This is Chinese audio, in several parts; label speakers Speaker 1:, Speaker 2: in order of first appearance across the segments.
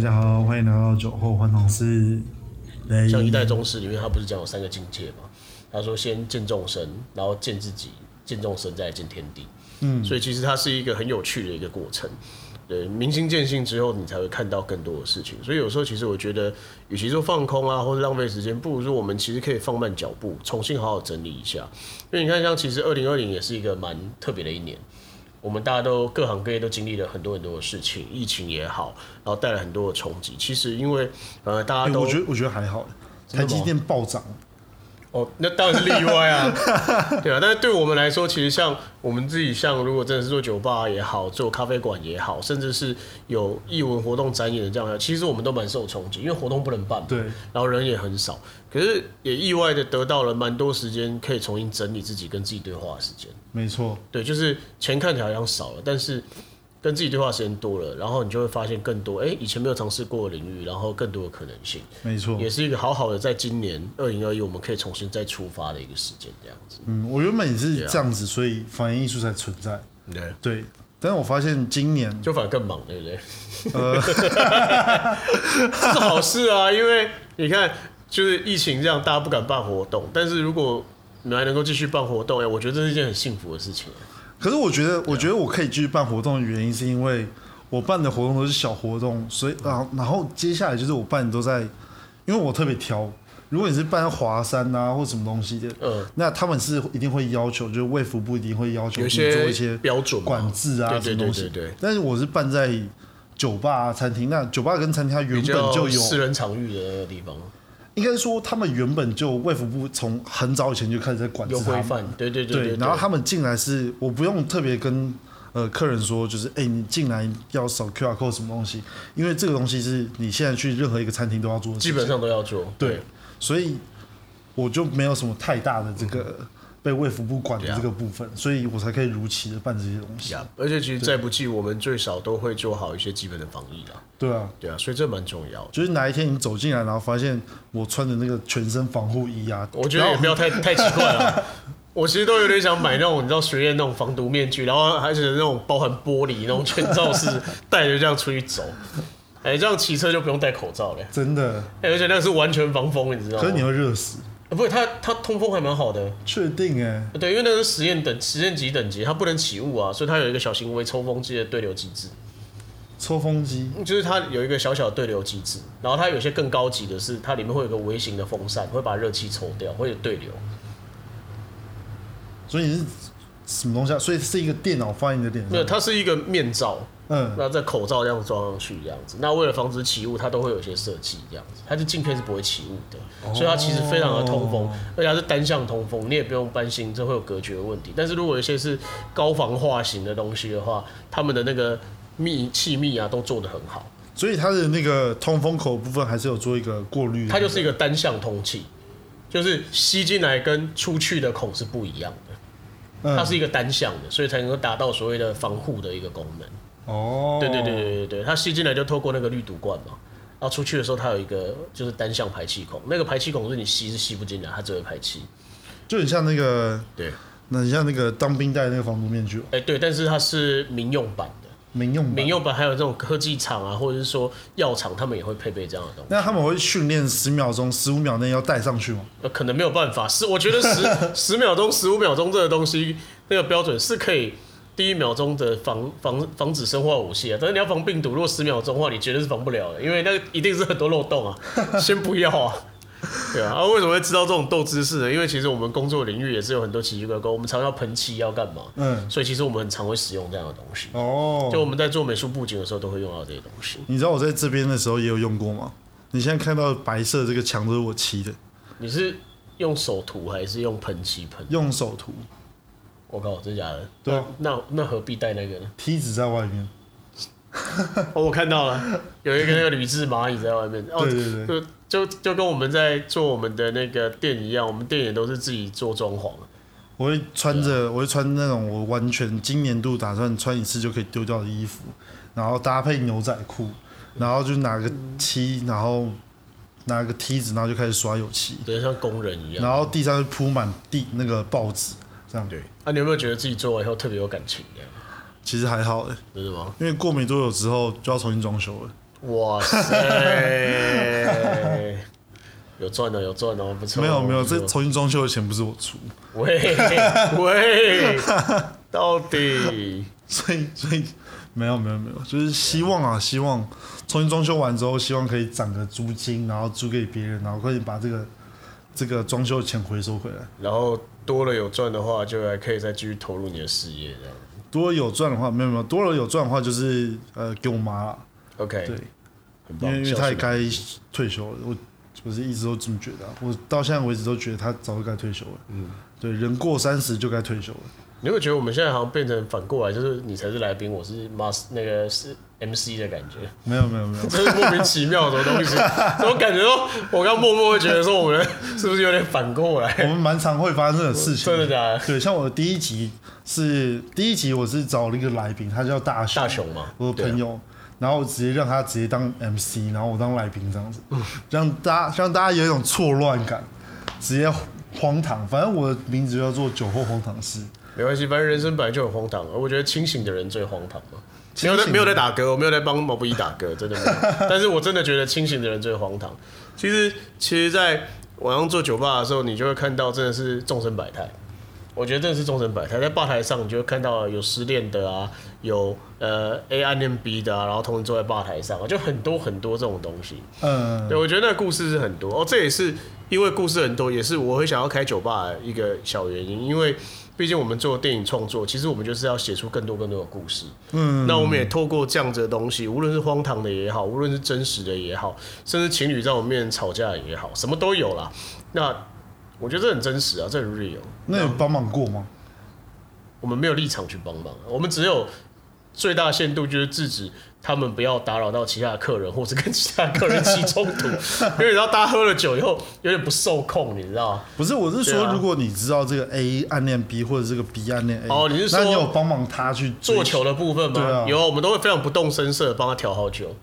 Speaker 1: 家好，欢哎迎来到酒后幻童室。雷
Speaker 2: 像一代宗师里面，他不是讲有三个境界嘛？他说先见众生，然后见自己，见众生再见天地。嗯，所以其实它是一个很有趣的一个过程。对，明心见性之后，你才会看到更多的事情。所以有时候其实我觉得，与其说放空啊，或者浪费时间，不如说我们其实可以放慢脚步，重新好好整理一下。因为你看，像其实二零二零也是一个蛮特别的一年。我们大家都各行各业都经历了很多很多的事情，疫情也好，然后带来很多的冲击。其实因为呃，大
Speaker 1: 哎
Speaker 2: 家都、
Speaker 1: 我觉得我觉得还好，台
Speaker 2: 的吗
Speaker 1: 积电暴涨，
Speaker 2: 哦，那当然是例外啊，对啊。但是对我们来说，其实像我们自己，像如果真的是做酒吧也好，做咖啡馆也好，甚至是有艺文活动展演的这样的，其实我们都蛮受冲击，因为活动不能办嘛，
Speaker 1: 对
Speaker 2: 然后人也很少。可是也意外的得到了蛮多时间，可以重新整理自己跟自己对话的时间。
Speaker 1: 没错，
Speaker 2: 对，就是钱看起来好像少了，但是跟自己对话时间多了，然后你就会发现更多，哎，以前没有尝试过的领域，然后更多的可能性。
Speaker 1: 没错
Speaker 2: 也。是一个好好的，在今年二零二一，我们可以重新再出发的一个时间，这样子。
Speaker 1: 嗯，我原本也是这样子，所以反映艺术才存在。
Speaker 2: 对，
Speaker 1: 对，但是我发现今年
Speaker 2: 就反而更忙，对不对？
Speaker 1: 呃
Speaker 2: 这 是好事啊，因为你看，就是疫情这样，大家不敢办活动，但是如果你还能够继续办活动，哎，我觉得这是一件很幸福的事情。啊
Speaker 1: 可是我觉得，我觉得我可以继续办活动的原因，是因为我办的活动都是小活动，所
Speaker 2: 嗯
Speaker 1: 以然后然后接下来就是我办的都在，因为我特别挑。如果你是办华山啊或什么东西的，
Speaker 2: 嗯
Speaker 1: 那他们是一定会要求，就是卫福部一定会要求嗯
Speaker 2: 有
Speaker 1: 你
Speaker 2: 一
Speaker 1: 做
Speaker 2: 些
Speaker 1: 一些
Speaker 2: 标准嘛
Speaker 1: 管制啊
Speaker 2: 对
Speaker 1: 什
Speaker 2: 对
Speaker 1: 么
Speaker 2: 对
Speaker 1: 东
Speaker 2: 对
Speaker 1: 西。
Speaker 2: 对，
Speaker 1: 但是我是办在酒吧、啊、餐厅，那酒吧跟餐厅它原
Speaker 2: 比
Speaker 1: 本就
Speaker 2: 较
Speaker 1: 有
Speaker 2: 私人场域的那个地方
Speaker 1: 应该说，他们原本就卫福部从很早以前就开始在管制
Speaker 2: 有
Speaker 1: 他
Speaker 2: 规
Speaker 1: 们，
Speaker 2: 范，对对对
Speaker 1: 对，然后他们进来是我不用特别跟呃客人说，就是哎、你进来要扫 QR code 什么东西，因为这个东西是你现在去任何一个餐厅都要做的事
Speaker 2: 基
Speaker 1: 情，
Speaker 2: 本上都要做。
Speaker 1: 对，所以我就没有什么太大的这个被卫福部管的这个部分，所以我才可以如期的办这些东西。
Speaker 2: 呀，而且其实再不济，我们最少都会做好一些基本的防疫啦。
Speaker 1: 对啊，
Speaker 2: 对啊，所以这蛮重要的。
Speaker 1: 就是哪一天你走进来，然后发现我穿的那个全身防护衣啊，
Speaker 2: 我觉得也
Speaker 1: 然后
Speaker 2: 不要太 太奇怪了。我其实都有点想买那种你知道学院那种防毒面具，然后还是那种包含玻璃那种全罩式，戴着这样出去走。哎、这样骑车就不用戴口罩了、
Speaker 1: 真的，
Speaker 2: 哎而且那个是完全防风，你知道
Speaker 1: 可
Speaker 2: 吗
Speaker 1: 是？你会热死，
Speaker 2: 啊不是它它通风还蛮好的，
Speaker 1: 确定哎、
Speaker 2: 对，因为那个是实验等实验级等级，它不能起雾啊，所以它有一个小型微抽风机的对流机制。
Speaker 1: 抽风机。
Speaker 2: 就是它有一个小小的对流机制，然后它有些更高级的是，它里面会有一个微型的风扇，会把热气抽掉，会有对流。
Speaker 1: 所以你是什么东西啊？所以是一个电脑放在你的脸
Speaker 2: 没有，
Speaker 1: 上，
Speaker 2: 它是一个面罩，
Speaker 1: 嗯，
Speaker 2: 那在口罩这样装上去这样子。那为了防止起雾，它都会有一些设计这样子，它就镜片是不会起雾的，所以它其实非常的通风，而且它是单向通风，你也不用担心这会有隔绝的问题。但是如果有一些是高防化型的东西的话，他们的那个密气密啊都做得很好，
Speaker 1: 所以它的那个通风口部分还是有做一个过滤的。
Speaker 2: 它就是一个单向通气，就是吸进来跟出去的孔是不一样的。
Speaker 1: 嗯，
Speaker 2: 它是一个单向的，所以才能够达到所谓的防护的一个功能。
Speaker 1: 哦，
Speaker 2: 对对对对对对，它吸进来就透过那个滤毒罐嘛，然后出去的时候它有一个就是单向排气孔，那个排气孔是你吸是吸不进来，它只会排气。
Speaker 1: 就很像那个，
Speaker 2: 对，
Speaker 1: 那很像那个当兵戴的那个防毒面具哦，
Speaker 2: 哎对，但是它是民用版的，
Speaker 1: 民用版
Speaker 2: 民。用版还有这种科技厂啊，或者是说药厂，他们也会配备这样的东西。
Speaker 1: 那他们会训练十秒钟、十五秒内要戴上去吗？
Speaker 2: 呃可能没有办法，是我觉得十 十秒钟、十五秒钟这个东西那个标准是可以。第一秒钟的防防防止生化武器啊，但是你要防病毒，如果十秒钟的话，你绝对是防不了的，因为那个一定是很多漏洞 啊，先不要啊。对啊，啊为什么会知道这种斗知识呢？因为其实我们工作领域也是有很多奇奇怪怪，我们常要喷漆要干嘛，
Speaker 1: 嗯，
Speaker 2: 所以其实我们很常会使用这样的东西，就
Speaker 1: 哦，
Speaker 2: 我们在做美术布景的时候都会用到这些东西。
Speaker 1: 你知道我在这边的时候也有用过吗？你现在看到白色这个墙都是我漆的，
Speaker 2: 你是用手涂还是用喷漆喷？
Speaker 1: 用手涂，
Speaker 2: 我靠，真假的？
Speaker 1: 对啊
Speaker 2: 那那那何必带那个呢？
Speaker 1: 梯子在外面。
Speaker 2: 哦，我看到了， 有一个那个铝制蚂蚁在外面。哦，
Speaker 1: 对对
Speaker 2: 对，就就就跟我们在做我们的那个店一样，我们店也都是自己做装潢。
Speaker 1: 我会穿着，我会穿那种我完全今年度打算穿一次就可以丢掉的衣服，然后搭配牛仔裤，然后就拿个漆，然后拿个梯子，然后就开始刷油漆，
Speaker 2: 对，像工人一样。
Speaker 1: 然后地上就铺满地那个报纸，这样。
Speaker 2: 对，啊，你有没有觉得自己做完以后特 别有感情这样？
Speaker 1: 其实还好诶，
Speaker 2: 真的吗？
Speaker 1: 因为过没多久之后就要重新装修了。
Speaker 2: 哇塞，有赚哦，有赚哦，不错。
Speaker 1: 没有没有，
Speaker 2: 不错
Speaker 1: 这重新装修的钱不是我出，
Speaker 2: 喂喂，到底
Speaker 1: 所以所以没有没有没有，就是希望啊，希望重新装修完之后，希望可以涨个租金，然后租给别人，然后可以把这个这个装修的钱回收回来。
Speaker 2: 然后多了有赚的话，就还可以再继续投入你的事业这样。
Speaker 1: 多了有赚的话，没有没有，多了有赚的话就是呃给我妈啦，
Speaker 2: OK，
Speaker 1: 对，
Speaker 2: 很
Speaker 1: 因
Speaker 2: 棒，
Speaker 1: 为因为
Speaker 2: 孝
Speaker 1: 她也
Speaker 2: 顺
Speaker 1: 该退休了，我我是一直都这么觉得啊、我到现在为止都觉得她早就该退休了。嗯，对，人过三十就该退休了。
Speaker 2: 你会觉得我们现在好像变成反过来，就是你才是来宾，我是 mas 那个是 MC 的感觉，
Speaker 1: 没有没有没有，
Speaker 2: 这是莫名其妙什么东西，怎么感觉说，我刚默默会觉得说我们是不是有点反过来？
Speaker 1: 我们蛮常会发生的事情。
Speaker 2: 真的假的？
Speaker 1: 对，像我的第一集是第一集，我是找了一个来宾，他叫大雄，
Speaker 2: 大雄嘛啊
Speaker 1: 我的朋友，然后我直接让他直接当 MC，然后我当来宾这样子，让大家让大家有一种错乱感，直接荒唐。反正我的名字就叫做酒后荒唐事，
Speaker 2: 没关系，反正人生本来就很荒唐，而啊我觉得清醒的人最荒唐嘛。没有在没有在打嗝，我没有在帮毛不易打嗝，真的没有。但是我真的觉得清醒的人最荒唐。其实，其实，在晚上做酒吧的时候，你就会看到真的是众生百态。我觉得真的是众生百态，在吧台上你就会看到有失恋的啊，有呃 A 暗恋 B 的啊，然后同时坐在吧台上啊，就很多很多这种东西。
Speaker 1: 嗯、
Speaker 2: 对，我觉得那个故事是很多哦，这也是因为故事很多，也是我会想要开酒吧的一个小原因，因为毕竟我们做电影创作，其实我们就是要写出更多更多的故事。嗯，那我们也透过这样子的东西，无论是荒唐的也好，无论是真实的也好，甚至情侣在我面前吵架也好，什么都有啦。那我觉得这很真实啊，这很 real。
Speaker 1: 那有帮忙过吗？
Speaker 2: 我们没有立场去帮忙，啊我们只有最大限度就是制止他们不要打扰到其他的客人，或是跟其他客人起冲 突。因为你知道，大家喝了酒以后有点不受控，你知道吗？
Speaker 1: 不是，我是
Speaker 2: 对
Speaker 1: 说，
Speaker 2: 啊
Speaker 1: 如果你知道这个 A 暗恋 B 或者这个 B 暗恋 A，
Speaker 2: 哦你是说
Speaker 1: 那你有帮忙他去追
Speaker 2: 做球的部分
Speaker 1: 啊
Speaker 2: 嘛，
Speaker 1: 对啊
Speaker 2: 有我们都会非常不动声色地帮他调好酒，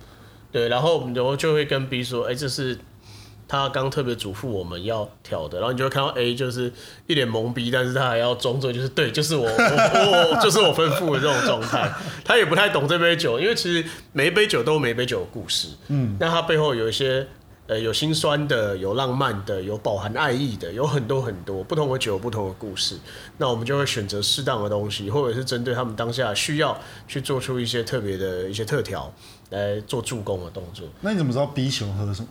Speaker 2: 对，然后我们就就会跟 B 说，哎、这是他刚特别嘱咐我们要调的，然后你就会看到 A 就是一脸懵逼，但是他还要装作就是对，就是我我我我就是我吩咐的这种状态，他也不太懂这杯酒，因为其实每一杯酒都有每一杯酒的故事，嗯，那它背后有一些。呃，有心酸的，有浪漫的，有饱含爱意的，有很多很多不同的酒，不同的故事。那我们就会选择适当的东西，或者是针对他们当下的需要去做出一些特别的一些特调来做助攻的动作。
Speaker 1: 那你怎么知道 B 喜欢喝什么？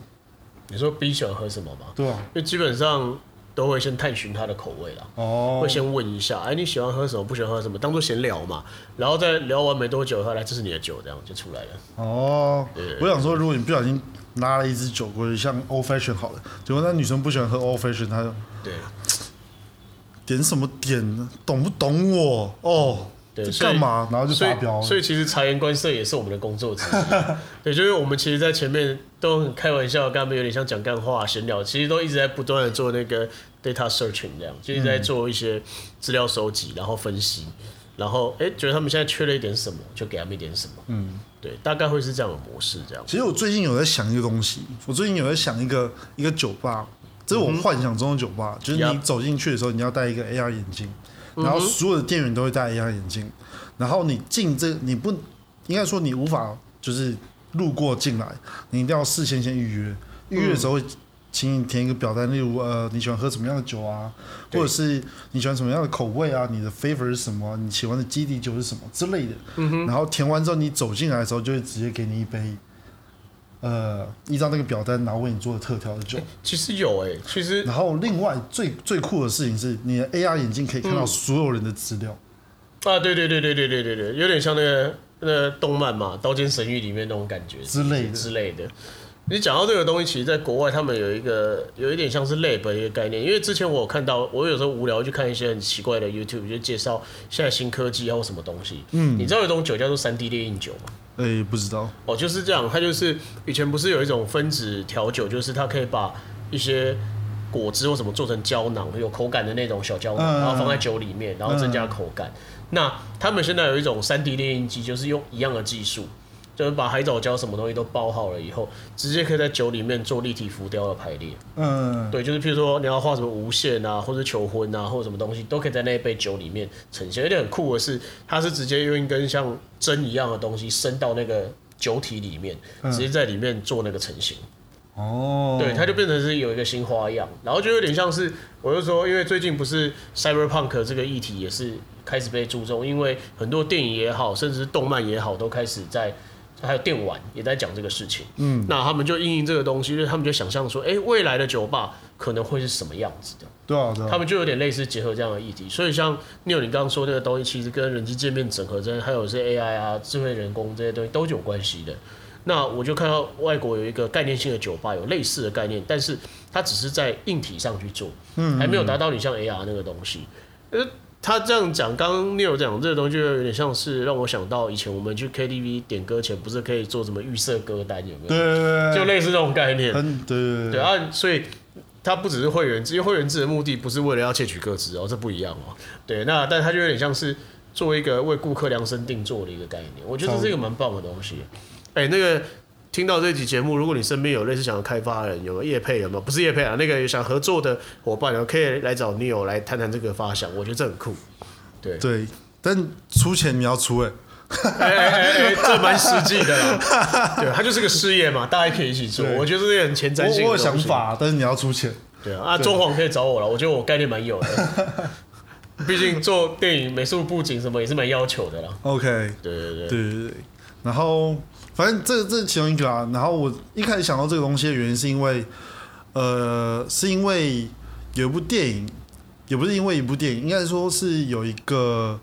Speaker 2: 你说 B 喜欢喝什么吗？
Speaker 1: 对吧、
Speaker 2: 因为基本上都会先探寻他的口味啦。
Speaker 1: 哦
Speaker 2: 会，先问一下，哎，你喜欢喝什么？不喜欢喝什么？当做闲聊嘛，然后再聊完没多久，他来，这是你的酒，这样就出来了。
Speaker 1: 哦，我想说，如果你不小心拉了一支酒过去，像 old fashion 好了，结果那女生不喜欢喝 old fashion，她就
Speaker 2: 对，
Speaker 1: 点什么点呢？懂不懂我？哦，
Speaker 2: 对
Speaker 1: 这
Speaker 2: 所以
Speaker 1: 干嘛？然后就
Speaker 2: 所
Speaker 1: 达
Speaker 2: 以
Speaker 1: 标了。
Speaker 2: 所以其实察言观色也是我们的工作之 一。对，就是我们其实，在前面都很开玩笑，跟他们有点像讲干话、闲聊，其实都一直在不断的做那个 data searching 这样，就一直在做一些资料收集，然后分析，然后哎、诶觉得他们现在缺了一点什么，就给他们一点什么。嗯，对，大概会是这样的模式这样。
Speaker 1: 其实我最近有在想一个东西，我最近有在想一个一个酒吧，这是我幻想中的酒吧，就是你
Speaker 2: Yup
Speaker 1: 走进去的时候，你要戴一个 AR 眼镜，然后所有的店员都会戴 AR 眼镜，然后你进这你不应该说你无法就是路过进来，你一定要事先先预约，预约的时候会请你填一个表单，例如呃你喜欢喝什么样的酒啊，或者是你喜欢什么样的口味啊，你的 favor 是什么啊，你喜欢的基底酒是什么之类的，然后填完之后你走进来的时候就会直接给你一杯。呃，依照那个表单，然后为你做的特调的酒。
Speaker 2: 其实有哎、其实
Speaker 1: 然后另外最最酷的事情是，你的 AR 眼镜可以看
Speaker 2: 嗯
Speaker 1: 到所有人的资料。
Speaker 2: 啊，对对对对对对对对，有点像那个那个动漫嘛，《刀剑神域》里面那种感觉
Speaker 1: 之类的
Speaker 2: 之类的。你讲到这个东西，其实在国外他们有一个有一点像是 lab 的一个概念，因为之前我有看到，我有时候无聊就看一些很奇怪的 YouTube，就介绍现在新科技啊或什么东西。嗯，你知道有一种酒叫做三 D 烈印酒吗？
Speaker 1: 哎、不知道，
Speaker 2: 哦，就是这样，它就是以前不是有一种分子调酒，就是它可以把一些果汁或什么做成胶囊，有口感的那种小胶
Speaker 1: 嗯
Speaker 2: 囊，然后放在酒里面，然后增加口感。那他们现在有一种三 D 列印机，就是用一样的技术，就是把海藻胶什么东西都包好了以后，直接可以在酒里面做立体浮雕的排列。
Speaker 1: 嗯，
Speaker 2: 对，就是譬如说你要画什么无限啊，或者求婚啊，或者什么东西，都可以在那一杯酒里面呈现。而且很酷的是，它是直接用一根像针一样的东西伸到那个酒体里面，直接在里面做那个成型。
Speaker 1: 哦，
Speaker 2: 对，它就变成是有一个新花样，然后就有点像是，我就说，因为最近不是 cyberpunk 这个议题也是开始被注重，因为很多电影也好，甚至是动漫也好，都开始在，还有电玩也在讲这个事情。嗯，那他们就应应这个东西，就是他们就想象说，哎、未来的酒吧可能会是什么样子的？
Speaker 1: 对啊，对
Speaker 2: 他
Speaker 1: 啊，
Speaker 2: 们就有点类似结合这样的议题，所以像 n e 你刚刚说那个东西，其实跟人机界面整合真的，还有是 AI 啊、智慧人工这些东西都是有关系的。那我就看到外国有一个概念性的酒吧，有类似的概念，但是它只是在硬体上去做，还没有达到你像 AR 那个东西。呃，他这样讲，刚刚 Neil 讲这个东西，就有点像是让我想到以前我们去 KTV 点歌前，不是可以做什么预设歌单，有没
Speaker 1: 对
Speaker 2: 有？
Speaker 1: 对对，对
Speaker 2: 就类似这种概念。
Speaker 1: 很对对
Speaker 2: 对啊，所以它不只是会员制，因为会员制的目的不是为了要窃取个资哦，这不一样哦。对，那但它就有点像是作为一个为顾客量身定做的一个概念，我觉得这是一个蛮棒的东西。哎、那个听到这期节目，如果你身边有类似想要开发的人，有没有业配有没有？不是业配啊，那个有想合作的伙伴，然后可以来找 Neil 来谈谈这个发想，我觉得这 很酷。对，
Speaker 1: 对，但出钱你要出哎，
Speaker 2: 哎哎哎哎，这蛮实际的啦。对，它就是个事业嘛，大家可以一起做。
Speaker 1: 对
Speaker 2: 我觉得这是很前瞻
Speaker 1: 我
Speaker 2: 性的
Speaker 1: 我有
Speaker 2: 东
Speaker 1: 想
Speaker 2: 西
Speaker 1: 法，但是你要出钱，
Speaker 2: 对啊，啊，装潢可以找我了，我觉得我概念蛮有的。 毕竟做电影美术布景什么也是蛮要求的啦。
Speaker 1: OK，
Speaker 2: 对对
Speaker 1: 对
Speaker 2: 对，
Speaker 1: 对对，然后反正这这是其中一个啊。然后我一开始想到这个东西的原因是因为，呃，是因为有一部电影，也不是因为一部电影，应该说是有一个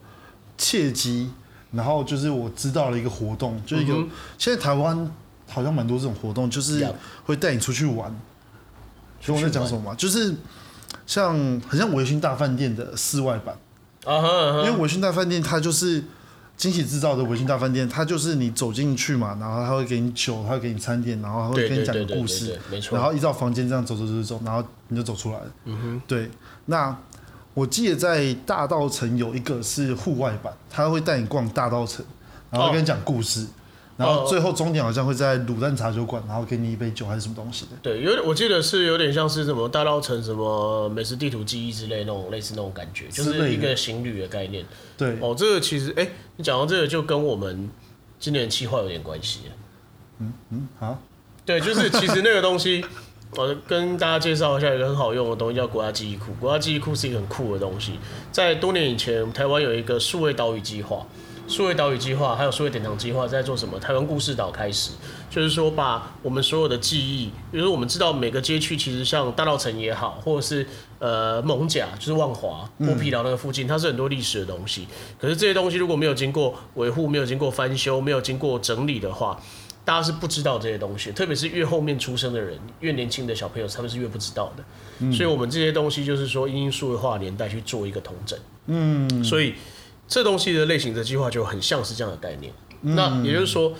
Speaker 1: 契机，然后就是我知道了一个活动，就是有、
Speaker 2: 嗯
Speaker 1: 现在台湾好像蛮多这种活动，就是
Speaker 2: Yeah
Speaker 1: 会带你出去玩。所以我在讲什么嘛？就是像很像维醺大饭店的室外版。
Speaker 2: 啊哈啊
Speaker 1: 因为
Speaker 2: 哈，
Speaker 1: 维醺大饭店它就是惊喜制造的维醺大饭店，它就是你走进去嘛，然后他会给你酒，他会给你餐点，然后他会
Speaker 2: 对
Speaker 1: 跟你
Speaker 2: 对
Speaker 1: 讲
Speaker 2: 对对
Speaker 1: 个
Speaker 2: 对
Speaker 1: 故
Speaker 2: 对
Speaker 1: 事，，
Speaker 2: 没错。
Speaker 1: 然后依照房间这样走走走走，然后你就走出来了。嗯哼，对。那我记得在大道城有一个是户外版，他会带你逛大道城，然后跟你讲故事。然
Speaker 2: 哦
Speaker 1: 后最后终点好像会在卤蛋茶酒馆，然后给你一杯酒还是什么东西的。
Speaker 2: 对，有点我记得是有点像是什么大稻城什么美食地图记忆之类那种类似那种感觉，就
Speaker 1: 之类
Speaker 2: 是
Speaker 1: 的
Speaker 2: 一个行旅的概念。
Speaker 1: 对，
Speaker 2: 哦，这个其实哎、你讲到这个就跟我们今年的计划有点关系了。啊
Speaker 1: 嗯，好，
Speaker 2: 对，就是其实那个东西， 我跟大家介绍一下一个很好用的东西，叫国家记忆库。国家记忆库是一个很酷的东西，在多年以前，台湾有一个数位岛屿计划。数位岛屿计划还有数位典藏计划在做什么？台湾故事岛开始，就是说把我们所有的记忆，比如说我们知道每个街区其实像大稻城也好，或者是呃蒙甲，就是万华、剥皮寮那个附近，它是很多历史的东西。可是这些东西如果没有经过维护、没有经过翻修、没有经过整理的话，大家是不知道这些东西，特别是越后面出生的人，越年轻的小朋友，他们是越不知道的。所以，我们这些东西就是说，因数位化年代去做一个统整。嗯，所以这东西的类型的计划就很像是这样的概念。那也就是说，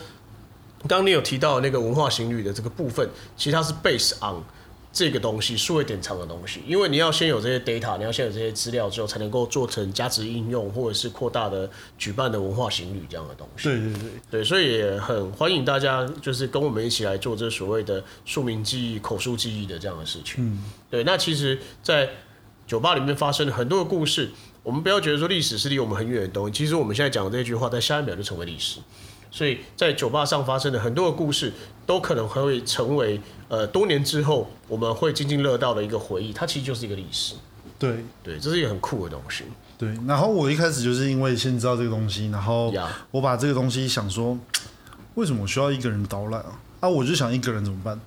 Speaker 2: 刚刚你有提到那个文化行旅的这个部分，其实它是 base on 这个东西，数位典藏的东西，因为你要先有这些 data，你要先有这些资料之后，才能够做成价值应用，或者是扩大的举办的文化行旅这样的东西。
Speaker 1: 对对对，
Speaker 2: 对，所以也很欢迎大家，就是跟我们一起来做这所谓的庶民记忆、口述记忆的这样的事情。嗯，对。那其实，在酒吧里面发生了很多的故事，我们不要觉得说历史是离我们很远的东西，其实我们现在讲的这句话，在下一秒就成为历史。所以在酒吧上发生的很多的故事，都可能会成为呃多年之后我们会津津乐道的一个回忆，它其实就是一个历史。
Speaker 1: 对
Speaker 2: 对，这是一个很酷的东西。
Speaker 1: 对。然后我一开始就是因为先知道这个东西，然后
Speaker 2: 呀、
Speaker 1: 我把这个东西想说，为什么我需要一个人导览啊？啊，我就想一个人怎么办？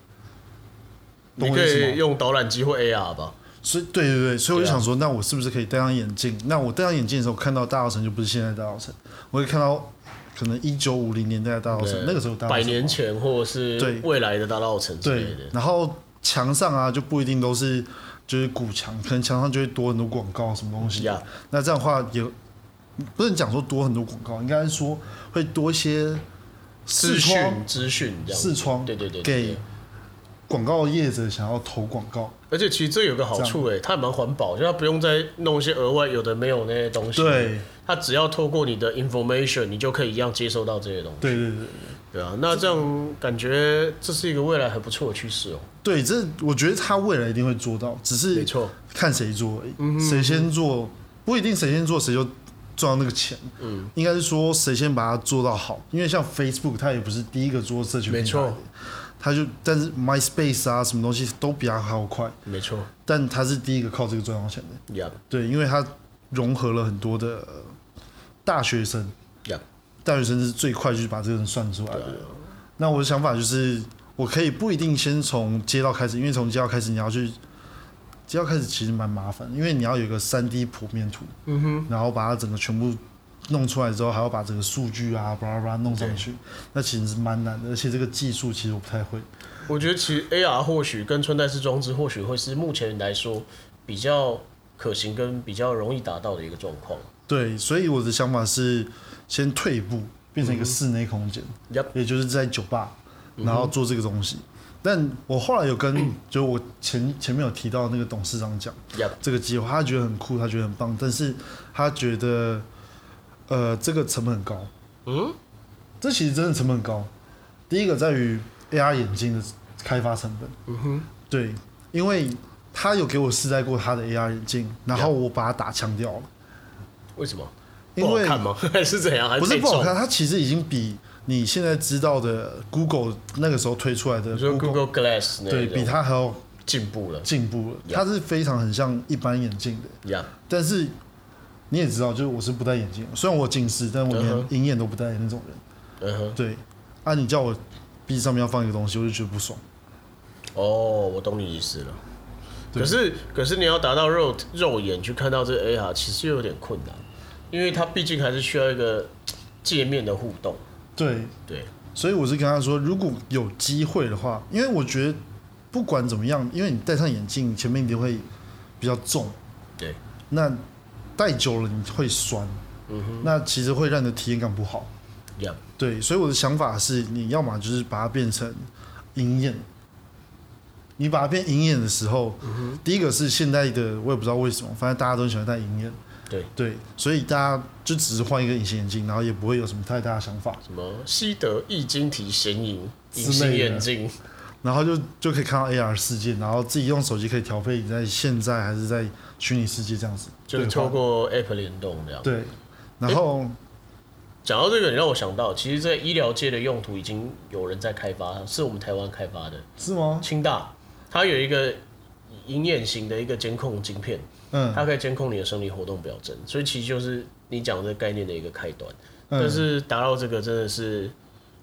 Speaker 1: 懂
Speaker 2: 你
Speaker 1: 我
Speaker 2: 可
Speaker 1: 意思
Speaker 2: 以
Speaker 1: 吗？
Speaker 2: 用导览机或 AR 吧。
Speaker 1: 所以对对对，所以我
Speaker 2: 对
Speaker 1: 就
Speaker 2: 啊
Speaker 1: 想说，那我是不是可以戴上眼镜？那我戴上眼镜的时候，看到大稻城就不是现在的大稻城，我会看到可能一九五零年代的大稻城
Speaker 2: 对，
Speaker 1: 哦那个时候大稻
Speaker 2: 百
Speaker 1: 城
Speaker 2: 年前或者
Speaker 1: 对
Speaker 2: 是未来的大稻城之类
Speaker 1: 对
Speaker 2: 的，，
Speaker 1: 然后墙上啊就不一定都是就是古墙，可能墙上就会多很多广告什么东西。
Speaker 2: 呀
Speaker 1: 那这样的话也不能讲说多很多广告，应该是说会多一些视
Speaker 2: 资
Speaker 1: 窗
Speaker 2: 讯资讯这样子
Speaker 1: 视窗
Speaker 2: 对对对对
Speaker 1: 给
Speaker 2: 对
Speaker 1: 广告业者想要投广告。
Speaker 2: 而且其实这有个好处哎，它还蛮环保，就它不用再弄一些额外有的没有那些东西。
Speaker 1: 对，
Speaker 2: 它只要透过你的 information，你就可以一样接收到这些东西。
Speaker 1: 对对对
Speaker 2: 对啊，那这样感觉这是一个未来很不错的趋势哦。
Speaker 1: 对，这我觉得他未来一定会做到，只
Speaker 2: 没
Speaker 1: 是
Speaker 2: 错，嗯
Speaker 1: 看谁做而已，谁先做不一定谁先做谁就赚到那个钱，嗯，应该是说谁先把它做到好，因为像 Facebook 它也不是第一个做社群
Speaker 2: 没
Speaker 1: 平台
Speaker 2: 错
Speaker 1: 的，它就但是 MySpace 啊什么东西都比它还要快，
Speaker 2: 没错，
Speaker 1: 但它是第一个靠这个赚到钱的，
Speaker 2: 一样
Speaker 1: 对，因为它融合了很多的呃大学生，
Speaker 2: 一样，
Speaker 1: 大学生是最快就是把这个人算出来的。那我的想法就是，我可以不一定先从街道开始，因为从街道开始你要去街道开始其实蛮麻烦，因为你要有一个三 D 剖面图，然后把它整个全部弄出来之后，还要把整个数据啊巴拉巴拉弄上去，那其实是蛮难的，而且这个技术其实我不太会。
Speaker 2: 我觉得其实 AR 或许跟穿戴式装置或许会是目前来说比较可行跟比较容易达到的一个状况。
Speaker 1: 对，所以我的想法是先退一步，变成一个室内空间，
Speaker 2: Yup
Speaker 1: 也就是在酒吧，然后做这个东西。但我后来有跟，就我前前面有提到那个董事长讲
Speaker 2: Yup
Speaker 1: 这个计划，他觉得很酷，他觉得很棒，但是他觉得，呃，这个成本很高。
Speaker 2: 嗯，
Speaker 1: 这其实真的成本很高。第一个在于 AR 眼镜的开发成本。嗯哼，对，因为他有给我试戴过他的 AR 眼镜，然后
Speaker 2: Yup
Speaker 1: 我把它打枪掉了，
Speaker 2: 为什么？
Speaker 1: 因
Speaker 2: 不好
Speaker 1: 为
Speaker 2: 看吗？ 还是怎样？还
Speaker 1: 不是
Speaker 2: 太
Speaker 1: 不好
Speaker 2: 重
Speaker 1: 看，？它其实已经比你现在知道的 Google 那个时候推出来的
Speaker 2: 你说
Speaker 1: Google
Speaker 2: Google Glass 那
Speaker 1: 对
Speaker 2: 种
Speaker 1: 比它还要
Speaker 2: 进步了，
Speaker 1: 进步了，
Speaker 2: Yeah
Speaker 1: 它是非常很像一般眼镜的，
Speaker 2: 一样
Speaker 1: 但是你也知道，就是我是不戴眼镜的，虽然我近视，但我
Speaker 2: 嗯
Speaker 1: 连银眼都不戴的那种人。
Speaker 2: 嗯哼，
Speaker 1: 对，啊，你叫我鼻子上面要放一个东西，我就觉得不爽。
Speaker 2: 哦，我懂你意思了。
Speaker 1: 对
Speaker 2: 可是，可是你要达到肉肉眼去看到这 AR，其实又有点困难，因为它毕竟还是需要一个嘖界面的互动。
Speaker 1: 对，
Speaker 2: 对，
Speaker 1: 所以我是跟他说，如果有机会的话，因为我觉得不管怎么样，因为你戴上眼镜，前面一定会比较重。
Speaker 2: 对，
Speaker 1: 那戴久了你会酸，
Speaker 2: 嗯
Speaker 1: 那其实会让你的体验感不好。
Speaker 2: 一样。
Speaker 1: 对，所以我的想法是，你要么就是把它变成银眼。你把它变银眼的时候，
Speaker 2: 嗯
Speaker 1: 第一个是现在的我也不知道为什么，反正大家都喜欢戴银眼。
Speaker 2: 对
Speaker 1: 对，所以大家就只是换一个隐形眼镜，然后也不会有什么太大的想法，
Speaker 2: 什么西德易晶体显影
Speaker 1: 之类的
Speaker 2: 隐形眼镜，
Speaker 1: 然后就就可以看到 AR 世界，然后自己用手机可以调配你在现在还是在虚拟世界这样子对话。
Speaker 2: 就是透过 App 联动这样。
Speaker 1: 对，然后
Speaker 2: 讲到这个，你让我想到，其实，在医疗界的用途已经有人在开发，是我们台湾开发的
Speaker 1: 是吗？
Speaker 2: 清大，它有一个银眼型的一个监控晶片，
Speaker 1: 嗯，
Speaker 2: 它可以监控你的生理活动表征，所以其实就是你讲这个概念的一个开端。
Speaker 1: 嗯
Speaker 2: 但是达到这个真的是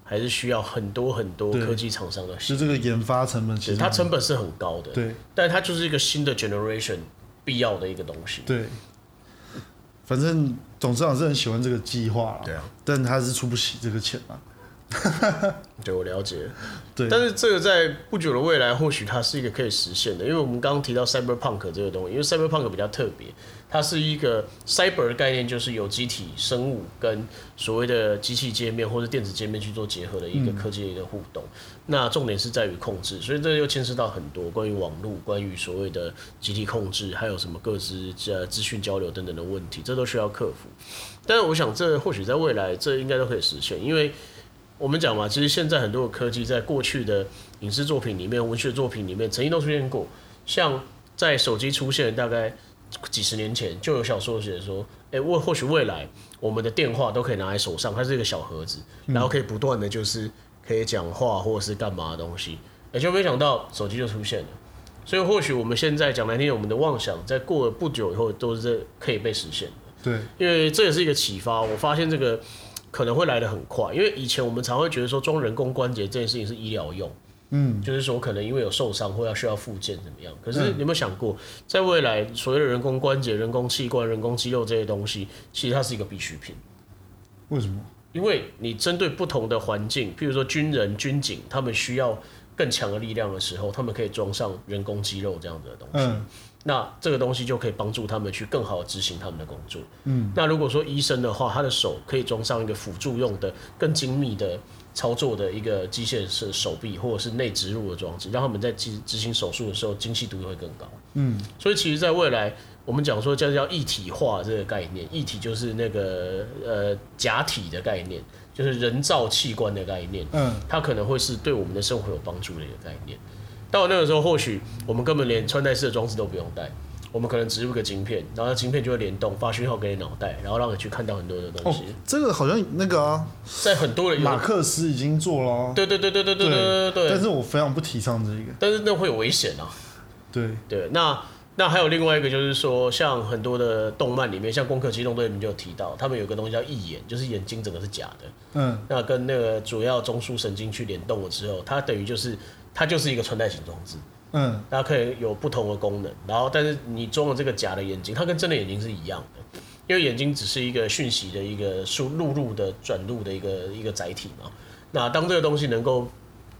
Speaker 2: 还是需要很多很多
Speaker 1: 对
Speaker 2: 科技厂商的
Speaker 1: 就
Speaker 2: 协
Speaker 1: 这个研发成本其
Speaker 2: 助，
Speaker 1: 实
Speaker 2: 它成本是很高的，
Speaker 1: 对
Speaker 2: 但它就是一个新的 generation 必要的一个东西。
Speaker 1: 对，反正董事长是很喜欢这个计划啦，
Speaker 2: 对啊，
Speaker 1: 但他是出不起这个钱啊。
Speaker 2: 对，我了解。
Speaker 1: 对
Speaker 2: 但是这个在不久的未来，或许它是一个可以实现的，因为我们刚刚提到 cyberpunk 这个东西，因为 cyberpunk 比较特别，它是一个 cyber 的概念，就是有机体生物跟所谓的机器界面或者电子界面去做结合的一个科技的一个互动。那重点是在于控制，所以这又牵涉到很多关于网络、关于所谓的集体控制，还有什么各自呃资讯交流等等的问题，这都需要克服。但是我想，这或许在未来，这应该都可以实现，因为我们讲嘛，其实现在很多的科技在过去的影视作品里面、文学作品里面曾经都出现过，像在手机出现大概几十年前，就有小说写说，哎、未或许未来我们的电话都可以拿在手上，它是一个小盒子，然后可以不断的就是可以讲话或者是干嘛的东西，也、就没想到手机就出现了。所以或许我们现在讲难听点，我们的妄想在过了不久以后都是可以被实现的。
Speaker 1: 对
Speaker 2: 因为这也是一个启发。我发现这个可能会来得很快，因为以前我们常会觉得说装人工关节这件事情是医疗用，嗯，就是说可能因为有受伤或要需要复健怎么样。可是你有没有想过，在未来所谓的人工关节、人工器官、人工肌肉这些东西，其实它是一个必需品。
Speaker 1: 为什么？
Speaker 2: 因为你针对不同的环境，譬如说军人、军警，他们需要更强的力量的时候，他们可以装上人工肌肉这样子的东西。
Speaker 1: 嗯，
Speaker 2: 那这个东西就可以帮助他们去更好的执行他们的工作。嗯，那如果说医生的话，他的手可以装上一个辅助用的更精密的操作的一个机械式手臂或者是内植入的装置，让他们在执执行手术的时候精细度会更高。嗯，所以其实，在未来我们讲说叫叫一体化这个概念，一体就是那个呃假体的概念，就是人造器官的概念。
Speaker 1: 嗯，
Speaker 2: 它可能会是对我们的生活有帮助的一个概念。到那个时候，或许我们根本连穿戴式的装置都不用戴，我们可能植入个晶片，然后晶片就会联动发讯号给你脑袋，然后让你去看到很多的东
Speaker 1: 哦
Speaker 2: 西，，
Speaker 1: 这个好像那个啊，
Speaker 2: 在很多人
Speaker 1: 马克思已经做了啊、
Speaker 2: 对对对对对对对对
Speaker 1: 但
Speaker 2: 对，
Speaker 1: 是我非常不提倡这个。
Speaker 2: 但是那会有危险啊。
Speaker 1: 对，
Speaker 2: 对，那那还有另外一个就是说，像很多的动漫里面，像《攻壳机动队》里面就有提到，他们有个东西叫义眼，就是眼睛整个是假的，
Speaker 1: 嗯，
Speaker 2: 那跟那个主要中枢神经去联动了之后，它等于就是它就是一个穿戴型装置，
Speaker 1: 嗯，
Speaker 2: 它可以有不同的功能，然后但是你装了这个假的眼睛，它跟真的眼睛是一样的，因为眼睛只是一个讯息的一个输录入的转录的一个一个载体嘛。那当这个东西能够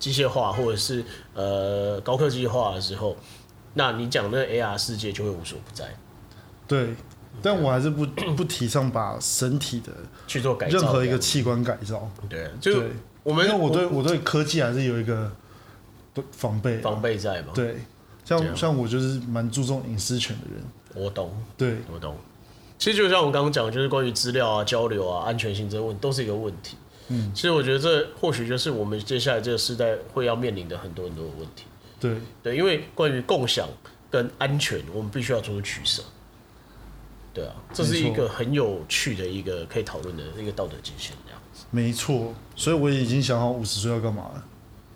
Speaker 2: 机械化或者是呃高科技化的时候，那你讲的 AR 世界就会无所不在，
Speaker 1: 对。但我还是 不不提倡把身体的
Speaker 2: 去做改造
Speaker 1: 任
Speaker 2: 这样。
Speaker 1: 何一个器官改造，
Speaker 2: 对，就
Speaker 1: 对，
Speaker 2: 我
Speaker 1: 因为
Speaker 2: 们
Speaker 1: 我对我对科技还是有一个防备啊。
Speaker 2: 防备在嘛，
Speaker 1: 对，
Speaker 2: 哦这
Speaker 1: 像
Speaker 2: 样
Speaker 1: 像我就是蛮注重隐私权的人。
Speaker 2: 我懂。
Speaker 1: 对，
Speaker 2: 我懂。其实就像我刚刚讲，就是关于资料啊、交流啊、安全性这些问都是一个问题。嗯，其实我觉得这或许就是我们接下来这个时代会要面临的很多很多的问题。
Speaker 1: 对，
Speaker 2: 对，因为关于共享跟安全，我们必须要做出取舍。对啊，这是一
Speaker 1: 没错
Speaker 2: 个很有趣的一个可以讨论的一个道德界限，这样
Speaker 1: 没错。所以我已经想好五十岁要干嘛了，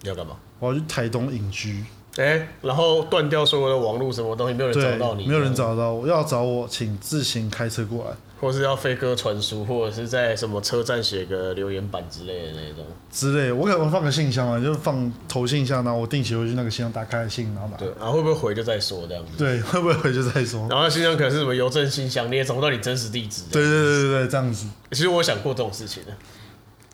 Speaker 2: 你要干嘛？
Speaker 1: 我要去台东隐居。
Speaker 2: 哎、然后断掉所有的网络什么东西，没有人
Speaker 1: 对
Speaker 2: 找到，你，
Speaker 1: 没有人，找得到我，要找我请自行开车过来
Speaker 2: 或是要飞鸽传书，或者是在什么车站写个留言板之类的那种。
Speaker 1: 之类的。我可能放个信箱啊，就放投信箱，然后我定期会去那个信箱打开信，然后拿。
Speaker 2: 对，啊，会不会回就再说这样子。
Speaker 1: 对， 会不会回去再说？
Speaker 2: 然后信箱可能是什么邮政信箱，你也找不到你真实地址。
Speaker 1: 对，对对对对，这样子。
Speaker 2: 其实我想过这种事情的，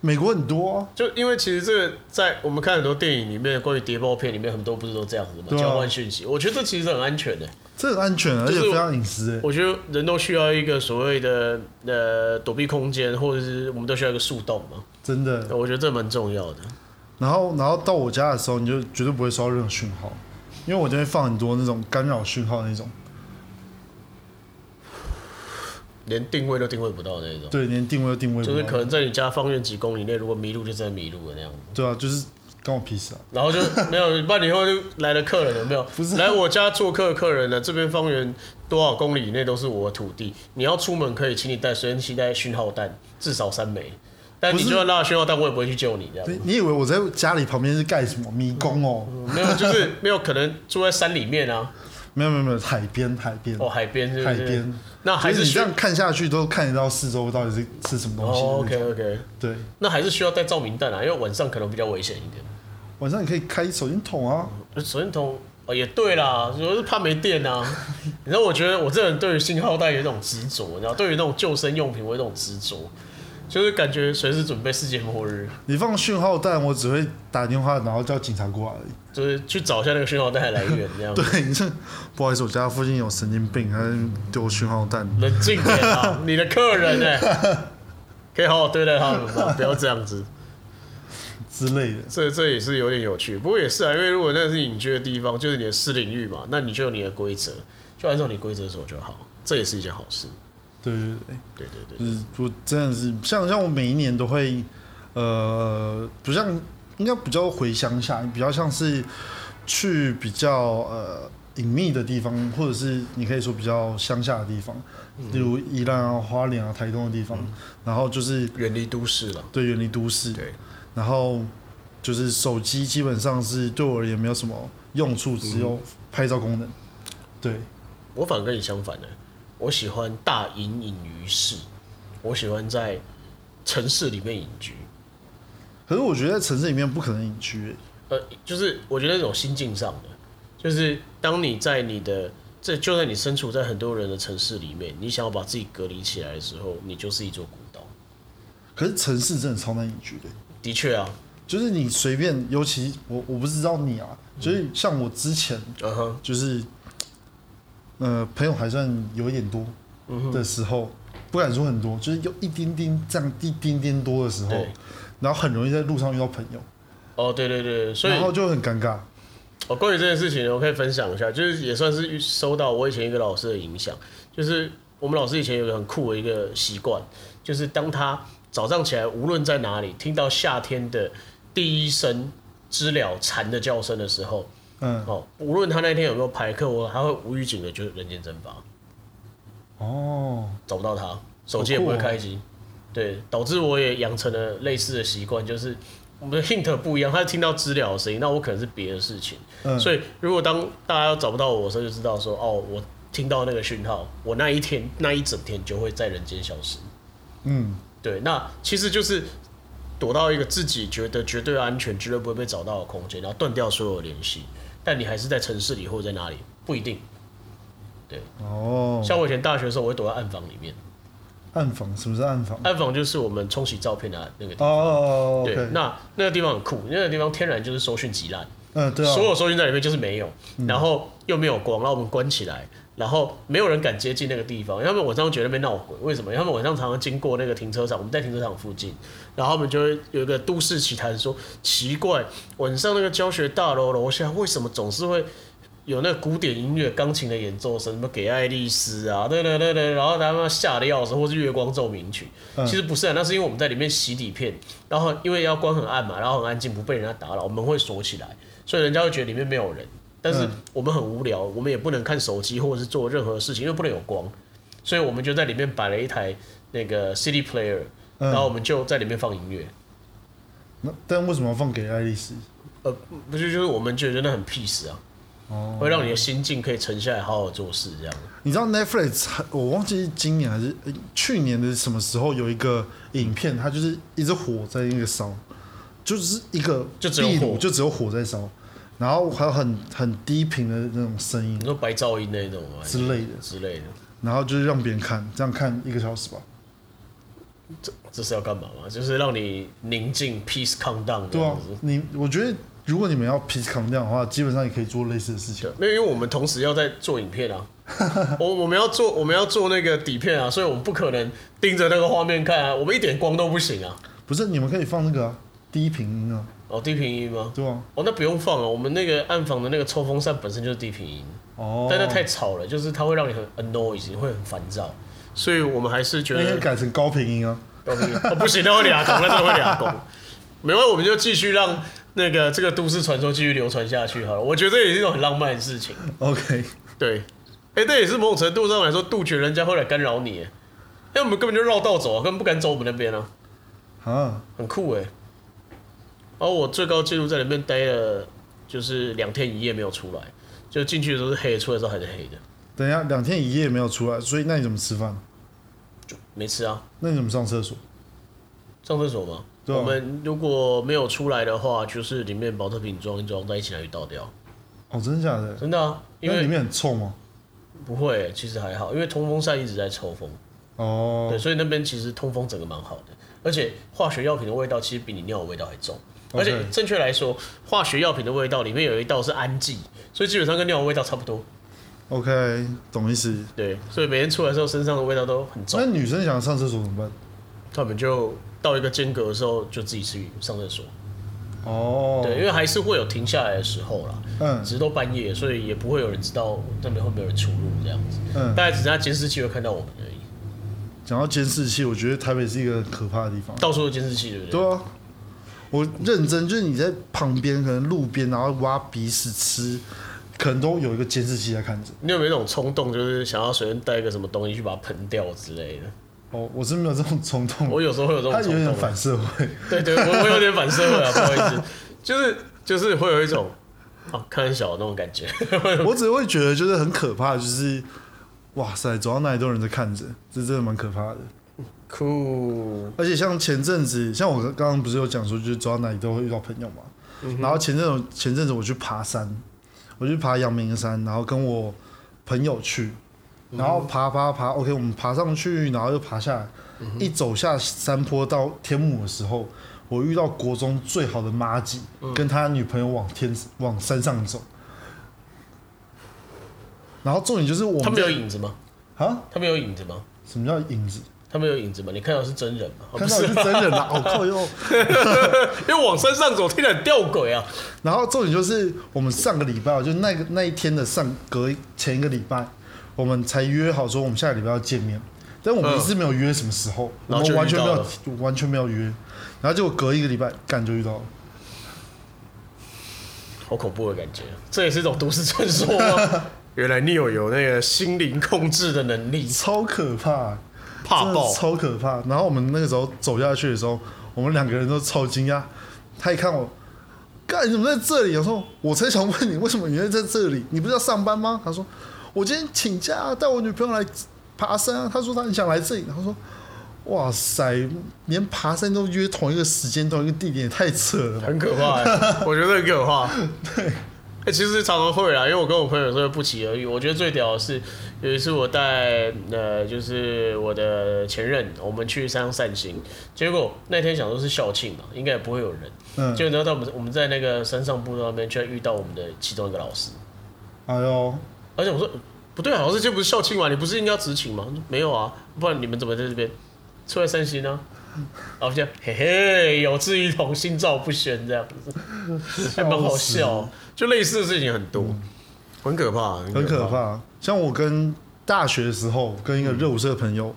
Speaker 1: 美国很多啊，
Speaker 2: 就因为其实这个在我们看很多电影里面，关于谍报片里面很多不是都这样子嘛，
Speaker 1: 对啊
Speaker 2: 交换讯息。我觉得这其实很安全的，
Speaker 1: 这很安全啊，而
Speaker 2: 就
Speaker 1: 且
Speaker 2: 是
Speaker 1: 非常隐私欸。
Speaker 2: 我觉得人都需要一个所谓的呃躲避空间，或者是我们都需要一个树洞嘛。
Speaker 1: 真的。
Speaker 2: 我觉得这蛮重要的。
Speaker 1: 然后然后到我家的时候，你就绝对不会收到任何讯号，因为我这边放很多那种干扰讯号那种，
Speaker 2: 连定位都定位不到那种，
Speaker 1: 对，连定位都定位
Speaker 2: 就是
Speaker 1: 不
Speaker 2: 可
Speaker 1: 到。
Speaker 2: 能在你家方圆几公里内，如果迷路就真的迷路了那样子。
Speaker 1: 对啊，就是关我屁事啊。
Speaker 2: 然后就没有半年后就来了客人，有没有？
Speaker 1: 是
Speaker 2: 来我家做客的客人呢，这边方圆多少公里以内都是我的土地。你要出门可以，请你带随身携带讯号弹，至少三枚。但你
Speaker 1: 不是
Speaker 2: 就算拉了讯号弹，我也不会去救你这样。
Speaker 1: 你你以为我在家里旁边是盖什么迷宫哦？
Speaker 2: 没有，就是没有可能住在山里面啊，
Speaker 1: 没有没有没有，海边海边
Speaker 2: 哦，海边是不
Speaker 1: 海
Speaker 2: 是
Speaker 1: 边，
Speaker 2: 那还
Speaker 1: 就是你
Speaker 2: 需
Speaker 1: 这样看下去都看得到四周到底是是什么东西。
Speaker 2: 哦，OK OK，
Speaker 1: 对，
Speaker 2: 那还是需要带照明弹啊，因为晚上可能比较危险一点。
Speaker 1: 晚上你可以开手电筒啊，
Speaker 2: 手电筒哦，也对啦，我是怕没电 啊。你知道，我觉得我这人对于信号弹有一种执着，你知道，对于那种救生用品我有一种执着，就是感觉随时准备世界末日，
Speaker 1: 你放讯号弹，我只会打电话然后叫警察过来而已。
Speaker 2: 就是去找一下那个讯号弹的来源这样。
Speaker 1: 对， 你这不好意思，我家附近有神经病，他丢讯号弹。
Speaker 2: 冷静点 啊，你的客人呢、 可以好好对待他们吗？不要这样子，
Speaker 1: 之类的。
Speaker 2: 这这也是有点有趣，不过也是啊，因为如果那是隐居的地方，就是你的私领域嘛，那你就有你的规则，就按照你规则走就好，这也是一件好事。
Speaker 1: 对对对，
Speaker 2: 对对对。
Speaker 1: 就是我真的是像像我每一年都会，呃，不像应该比较回乡下，比较像是去比较呃隐秘的地方，或者是你可以说比较乡下的地方，例如宜兰啊、花莲啊、台东的地方，然后就是
Speaker 2: 远离都市了。
Speaker 1: 对远离都市，
Speaker 2: 对，
Speaker 1: 然后就是手机基本上是对我而言没有什么用处，只有拍照功能。对，
Speaker 2: 我反而跟你相反的，我喜欢大隐隐于市，我喜欢在城市里面隐居。
Speaker 1: 可是我觉得在城市里面不可能隐居、欸
Speaker 2: 呃，就是我觉得那种心境上的，就是当你在你的这就在你身处在很多人的城市里面，你想要把自己隔离起来的时候，你就是一座孤岛。
Speaker 1: 可是城市真的超难隐居的，欸
Speaker 2: 的确啊，
Speaker 1: 就是你随便，尤其我我不知道你啊，就是像我之前
Speaker 2: 嗯哼，
Speaker 1: 就是，呃，朋友还算有一点多
Speaker 2: 嗯
Speaker 1: 的时候，不敢说很多，就是有一丁丁这样一丁丁多的时候
Speaker 2: 对，
Speaker 1: 然后很容易在路上遇到朋友，
Speaker 2: 哦，对对对，所以
Speaker 1: 然后就很尴尬。
Speaker 2: 哦，关于这件事情，我可以分享一下，就是也算是收到我以前一个老师的影响，就是我们老师以前有个很酷的一个习惯，就是当他早上起来，无论在哪里听到夏天的第一声知了蝉的叫声的时候，
Speaker 1: 嗯，
Speaker 2: 哦，无论他那天有没有排课，我还会无预警的就人间蒸发，
Speaker 1: 哦，
Speaker 2: 找不到他，手机也不会开机，对，导致我也养成了类似的习惯，就是我们的 hint 不一样，他听到知了的声音，那我可能是别的事情，
Speaker 1: 嗯
Speaker 2: 所以如果当大家找不到我的时候，就知道说哦，我听到那个讯号，我那一天那一整天就会在人间消失。
Speaker 1: 嗯，
Speaker 2: 对，那其实就是躲到一个自己觉得绝对安全、绝对不会被找到的空间，然后断掉所有的联系。但你还是在城市里或者在哪里，不一定。
Speaker 1: 哦，
Speaker 2: 像我以前大学的时候，我会躲在暗房里面。
Speaker 1: 暗访，什么是暗访？
Speaker 2: 暗房就是我们冲洗照片的那个地
Speaker 1: 哦
Speaker 2: 方。
Speaker 1: 哦
Speaker 2: 对，
Speaker 1: ，OK，
Speaker 2: 那那个地方很酷，那个地方天然就是搜讯极烂，
Speaker 1: 嗯，对啊，嗯
Speaker 2: 所有搜讯在里面就是没有，然后又没有光，然后我们关起来，然后没有人敢接近那个地方。因为他们晚上觉得那边闹鬼，为什么？因为他们晚上常常经过那个停车场，我们在停车场附近，然后他们就会有一个都市奇谈说，奇怪，晚上那个教学大楼楼下为什么总是会有那个古典音乐、钢琴的演奏声，什么给爱丽丝啊，对对对对，然后他们吓得要死，或是月光奏鸣曲。
Speaker 1: 嗯
Speaker 2: 其实不是啊，那是因为我们在里面洗底片，然后因为要关很暗嘛，然后很安静，不被人家打扰，门会锁起来，所以人家会觉得里面没有人。但是
Speaker 1: 嗯
Speaker 2: 我们很无聊，我们也不能看手机或者是做任何事情，因为不能有光，所以我们就在里面摆了一台那个 CD player，然
Speaker 1: 嗯
Speaker 2: 后我们就在里面放音乐。
Speaker 1: 那但为什么要放给爱丽丝？
Speaker 2: 呃，不是，就是我们觉得那很 peace 啊，
Speaker 1: 哦，
Speaker 2: 会让你的心境可以沉下来，好好做事这样。
Speaker 1: 你知道 Netflix，我忘记今年还是呃去年的什么时候有一个影片，它就是一直火在那个烧，就是一个
Speaker 2: 就只有
Speaker 1: 壁
Speaker 2: 火
Speaker 1: 炉就只有火在烧，然后还有很很低频的那种声音
Speaker 2: 你，说白噪音那种吗？
Speaker 1: 之类的
Speaker 2: 之类的，
Speaker 1: 然后就是让别人看，这样看一个小时吧。
Speaker 2: 这是要干嘛嘛？就是让你宁静 peace calm down 这
Speaker 1: 对啊
Speaker 2: 样子。，
Speaker 1: 你我觉得如果你们要 peace calm down 的话，基本上也可以做类似的事情
Speaker 2: 对。，没有，因为我们同时要在做影片 啊，我我们要做我们要做那个底片啊，所以我们不可能盯着那个画面看啊，我们一点光都不行啊。
Speaker 1: 不是，你们可以放那个、啊、低频音啊，
Speaker 2: 哦，低频音吗？
Speaker 1: 对吧、
Speaker 2: 哦，那不用放啊，我们那个暗房的那个抽风扇本身就是低频音，
Speaker 1: 哦，
Speaker 2: 但那太吵了，就是它会让你很 annoying，会很烦躁，所以我们还是觉
Speaker 1: 那
Speaker 2: 得
Speaker 1: 可以改成高频音啊。
Speaker 2: 高频音哦，不行，那会俩拱，那真的会俩拱。没关系，我们就继续让那个这个都市传说继续流传下去好了。我觉得这也是一种很浪漫的事情。
Speaker 1: OK，
Speaker 2: 对，哎、这也是某种程度上来说杜绝人家会来干扰你耶，因为我们根本就绕道走啊，根本不敢走我们那边啊，
Speaker 1: 啊，
Speaker 2: 很酷哎。然后我最高纪录在里面待了就是两天一夜没有出来，就进去的时候是黑的，出来的时候还是黑的，
Speaker 1: 等一下，两天一夜没有出来，所以那你怎么吃饭？
Speaker 2: 没吃啊。
Speaker 1: 那你怎么上厕所？
Speaker 2: 上厕所吗？
Speaker 1: 对啊
Speaker 2: 我们如果没有出来的话，就是里面保特瓶装一装，再一起拿去倒掉。
Speaker 1: 哦，真的假的？
Speaker 2: 真的啊，因
Speaker 1: 那里
Speaker 2: 为
Speaker 1: 面很臭吗？
Speaker 2: 不会、其实还好，因为通风扇一直在抽风，对，
Speaker 1: 哦，
Speaker 2: 所以那边其实通风整个蛮好的，而且化学药品的味道其实比你尿的味道还重。
Speaker 1: OK
Speaker 2: 而且正确来说，化学药品的味道里面有一道是氨基，所以基本上跟尿的味道差不多。
Speaker 1: OK，懂意思。
Speaker 2: 对，所以每天出来的时候身上的味道都很重
Speaker 1: 那。女生想上厕所怎么办？
Speaker 2: 他们就到一个间隔的时候，就自己去上厕所。
Speaker 1: 哦，
Speaker 2: 对，因为还是会有停下来的时候啦，
Speaker 1: 嗯
Speaker 2: 只是都半夜，所以也不会有人知道那边会不会有人出入这样子。
Speaker 1: 嗯
Speaker 2: 大，概只剩下监视器会看到我们而已，
Speaker 1: 讲到监视器，我觉得台北是一个很可怕的地方。
Speaker 2: 到处都监视器，对不对？
Speaker 1: 对啊，我认真就是你在旁边，可能路边，然后挖鼻屎吃，可能都有一个监视器在看着。
Speaker 2: 你有没有那种冲动，就是想要随便带一个什么东西去把它喷掉之类的？
Speaker 1: 哦，我是没有这种冲动，
Speaker 2: 我有时候会有这
Speaker 1: 他
Speaker 2: 种
Speaker 1: 有
Speaker 2: 冲
Speaker 1: 点
Speaker 2: 动啊，
Speaker 1: 反社 会。
Speaker 2: 对对，我我有点反社会啊，不好意思，就是就是会有一种啊看小的那种感觉，
Speaker 1: 我只会觉得就是很可怕，就是哇塞，走到哪里都有人在看着，这真的蛮可怕的。
Speaker 2: 酷，
Speaker 1: 而且像前阵子，像我刚刚不是有讲说，就是走到哪里都会遇到朋友嘛。
Speaker 2: 嗯
Speaker 1: 然后前阵子前阵子我去爬山，我去爬阳明山，然后跟我朋友
Speaker 2: 嗯
Speaker 1: 去，然后爬爬爬，OK，我们爬上去，然后又爬下来，一走下山坡到天母的时候，我遇到国中最好的妈吉
Speaker 2: 嗯
Speaker 1: 跟他女朋友往天往山上走。然后重点就是我
Speaker 2: 他
Speaker 1: 们
Speaker 2: 们有
Speaker 1: 在
Speaker 2: 影子吗？
Speaker 1: 啊，
Speaker 2: 他们有影子吗？
Speaker 1: 什么叫影子？
Speaker 2: 他们有影子吗？你看到的是真人吗？哦
Speaker 1: 看
Speaker 2: 不
Speaker 1: 到的
Speaker 2: 是
Speaker 1: 是，真人 啦，哦靠哟！
Speaker 2: 因为往山上走听着很吊诡啊。
Speaker 1: 然后重点就是，我们上个礼拜，就那个那一天的上隔前一个礼拜，我们才约好说我们下个礼拜要见面，但我们
Speaker 2: 嗯
Speaker 1: 一直没有约什么时候，
Speaker 2: 然
Speaker 1: 我
Speaker 2: 后就
Speaker 1: 们
Speaker 2: 遇
Speaker 1: 完全没
Speaker 2: 到
Speaker 1: 有完全没有约，然后结果隔一个礼拜，干就遇到了。
Speaker 2: 好恐怖的感觉。啊这也是一种都市传说吗？ 原来 Neo 有那个心灵控制的能力，
Speaker 1: 超可怕，
Speaker 2: 怕
Speaker 1: 真
Speaker 2: 爆
Speaker 1: 的。超可怕。然后我们那个时候走下去的时候，我们两个人都超惊讶。他一看我，干你怎么在这里？我说我才想问你，为什么你会在这里？你不是要上班吗？他说我今天请假啊带我女朋友来爬山啊。他说他很想来这里。他说哇塞，连爬山都约同一个时间、同一个地点，也太扯了吧。
Speaker 2: 很可怕、欸，我觉得很可怕。对，欸、其实常常会啦，因为我跟我朋友真的不期而遇。我觉得最屌的是有一次我带呃，就是我的前任，我们去山上散心，结果那天想说是校庆嘛，应该也不会有人。
Speaker 1: 嗯，
Speaker 2: 结果你知道，我们我们在那个山上步道那边，居然遇到我们的其中一个老师，
Speaker 1: 哎呦，
Speaker 2: 而且我说不对啊，老师今天不是校庆嘛，你不是应该要执勤吗？他说没有啊，不然你们怎么在这边？出来散心呢、然后就嘿嘿，有志一同，心照不宣这样子，还蛮好笑哦，就类似的事情很多，很可怕，
Speaker 1: 嗯很
Speaker 2: 很
Speaker 1: 可。怕。嗯像我跟大学的时候跟一个热舞社的朋友，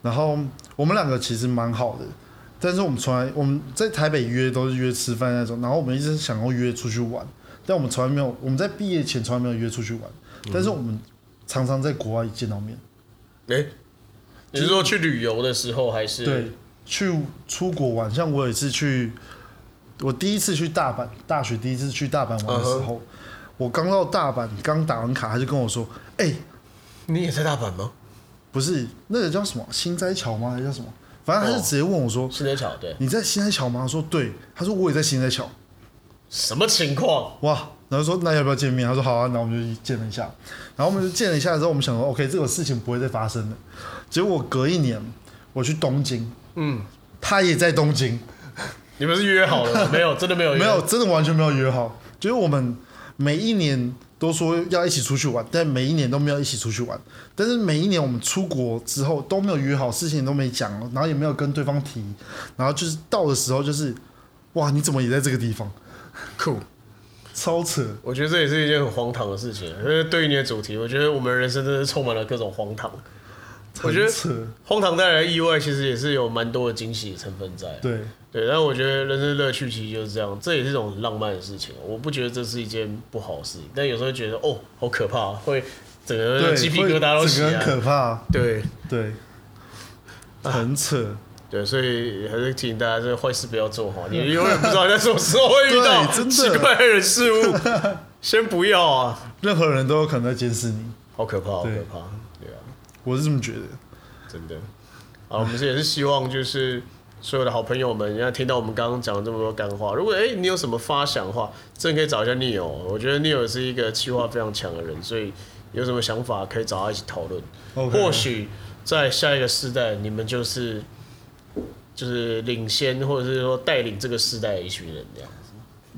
Speaker 1: 然后我们两个其实蛮好的，但是我们从来我们在台北约都是约吃饭那种，然后我们一直想要约出去玩，但我们从来没有我们在毕业前从来没有约出去玩，但是我们常常在国外见到面，
Speaker 2: 哎、你是说去旅游的时候还是？
Speaker 1: 对，去出国玩，像我有一次去，我第一次去大阪，大学第一次去大阪玩的
Speaker 2: 嗯
Speaker 1: 时候我刚到大阪刚打完卡，他就跟我说，哎、
Speaker 2: 你也在大阪吗？
Speaker 1: 不是那个叫什么新斋桥吗？还是叫什么？反
Speaker 2: 哦
Speaker 1: 正他就直接问我说：“
Speaker 2: 新天桥对，
Speaker 1: 你在新斋桥吗？”我说：“对。”他说：“我也在新斋桥。
Speaker 2: 什么情况？”
Speaker 1: 哇！然后说：“那要不要见面？”他说：“好啊。”然后我们就见了一下。然后我们就见了一下之后，我们想说：“OK，这个事情不会再发生了。”结果隔一年我去东京，
Speaker 2: 嗯，
Speaker 1: 他也在东京，
Speaker 2: 你们是约好 了吗没有？真的没有约，
Speaker 1: 没有，真的完全没有约好。就是我们每一年都说要一起出去玩，但每一年都没有一起出去玩。但是每一年我们出国之后都没有约好，事情都没讲，然后也没有跟对方提，然后就是到的时候就是，哇，你怎么也在这个地方？
Speaker 2: 酷。
Speaker 1: 超扯！
Speaker 2: 我觉得这也是一件很荒唐的事情，因为对于你的主题，我觉得我们人生真的是充满了各种荒唐。我觉得
Speaker 1: 很扯，
Speaker 2: 荒唐带来的意外，其实也是有蛮多的惊喜成分在。
Speaker 1: 对，
Speaker 2: 对，但我觉得人生乐趣其实就是这样，这也是一种很浪漫的事情。我不觉得这是一件不好的事情，但有时候觉得哦，好可怕，会整个
Speaker 1: 对，
Speaker 2: 鸡皮疙瘩都
Speaker 1: 会
Speaker 2: 起
Speaker 1: 整个很
Speaker 2: 来。啊
Speaker 1: 可怕，
Speaker 2: 对
Speaker 1: 对，很扯，
Speaker 2: 对，所以还是提醒大家，这个坏事不要做 哈，你永远不知道在什么时候会遇到
Speaker 1: 对真的
Speaker 2: 奇怪的人事物，先不要啊，
Speaker 1: 任何人都有可能在监视你，
Speaker 2: 好可怕，好可
Speaker 1: 对
Speaker 2: 怕，对啊。
Speaker 1: 我是这么觉得。
Speaker 2: 真的。啊，我们是也是希望就是所有的好朋友们，要听到我们刚刚讲了这么多干话，如果哎、你有什么发想的话，真的可以找一下 Neo。我觉得 Neo 是一个气化非常强的人，所以有什么想法可以找他一起讨论。
Speaker 1: OK
Speaker 2: 或许在下一个世代，你们就是就是领先，或者是说带领这个世代的一群人这样。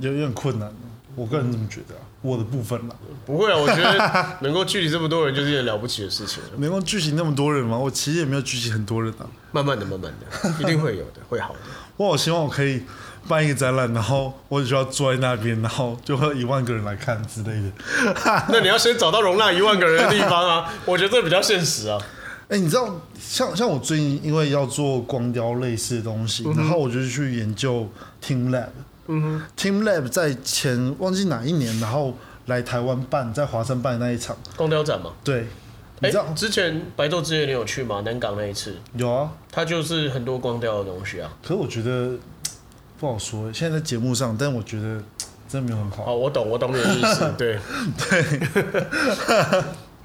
Speaker 1: 有有点困难，我个人这么觉得、啊，我的部分啦。
Speaker 2: 不会啊，我觉得能够聚集这么多人就是一件了不起的事情了。
Speaker 1: 能够聚集那么多人吗？我其实也没有聚集很多人啊。
Speaker 2: 慢慢的，慢慢的，一定会有的，会好的。
Speaker 1: 我好希望我可以办一个展览，然后我就要坐在那边，然后就会有一万个人来看之类的。
Speaker 2: 那你要先找到容纳一万个人的地方啊！ 我觉得这比较现实啊。
Speaker 1: 哎、你知道，像像我最近因为要做光雕类似的东
Speaker 2: 嗯
Speaker 1: 西，然后我就去研究 Team Lab。嗯哼，Team Lab 在前忘记哪一年，然后来台湾办，在华山办的那一场，
Speaker 2: 光雕展嘛，
Speaker 1: 对，你
Speaker 2: 哎、
Speaker 1: 知道、
Speaker 2: 之前白昼之夜你有去吗？南港那一次，
Speaker 1: 有啊，
Speaker 2: 它就是很多光雕的东西啊。
Speaker 1: 可是我觉得不好说、现在在节目上，但我觉得真的没有很好。
Speaker 2: 哦，我懂，我懂你的意思。对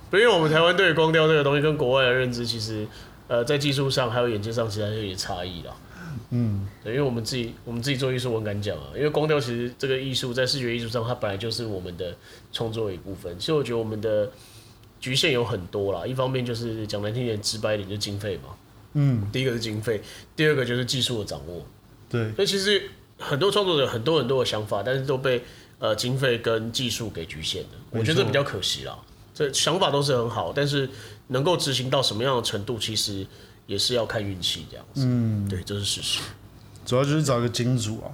Speaker 2: 对， 因为我们台湾对于光雕这个东西跟国外的认知，其实呃在技术上还有眼界上，其实还有一点差异啦。
Speaker 1: 嗯，
Speaker 2: 对，因为我们自己我们自己做艺术，我很敢讲啊，因为光雕其实这个艺术在视觉艺术上，它本来就是我们的创作的一部分。其实我觉得我们的局限有很多啦，一方面就是讲难听点、直白一点，就是经费嘛。
Speaker 1: 嗯，
Speaker 2: 第一个是经费，第二个就是技术的掌握。
Speaker 1: 对，
Speaker 2: 所以其实很多创作者有很多很多的想法，但是都被呃经费跟技术给局限了。我觉得这比较可惜啦。这想法都是很好，但是能够执行到什么样的程度，其实也是要看运气这样子。嗯，对，这是事实。
Speaker 1: 主要就是找一个金主啊。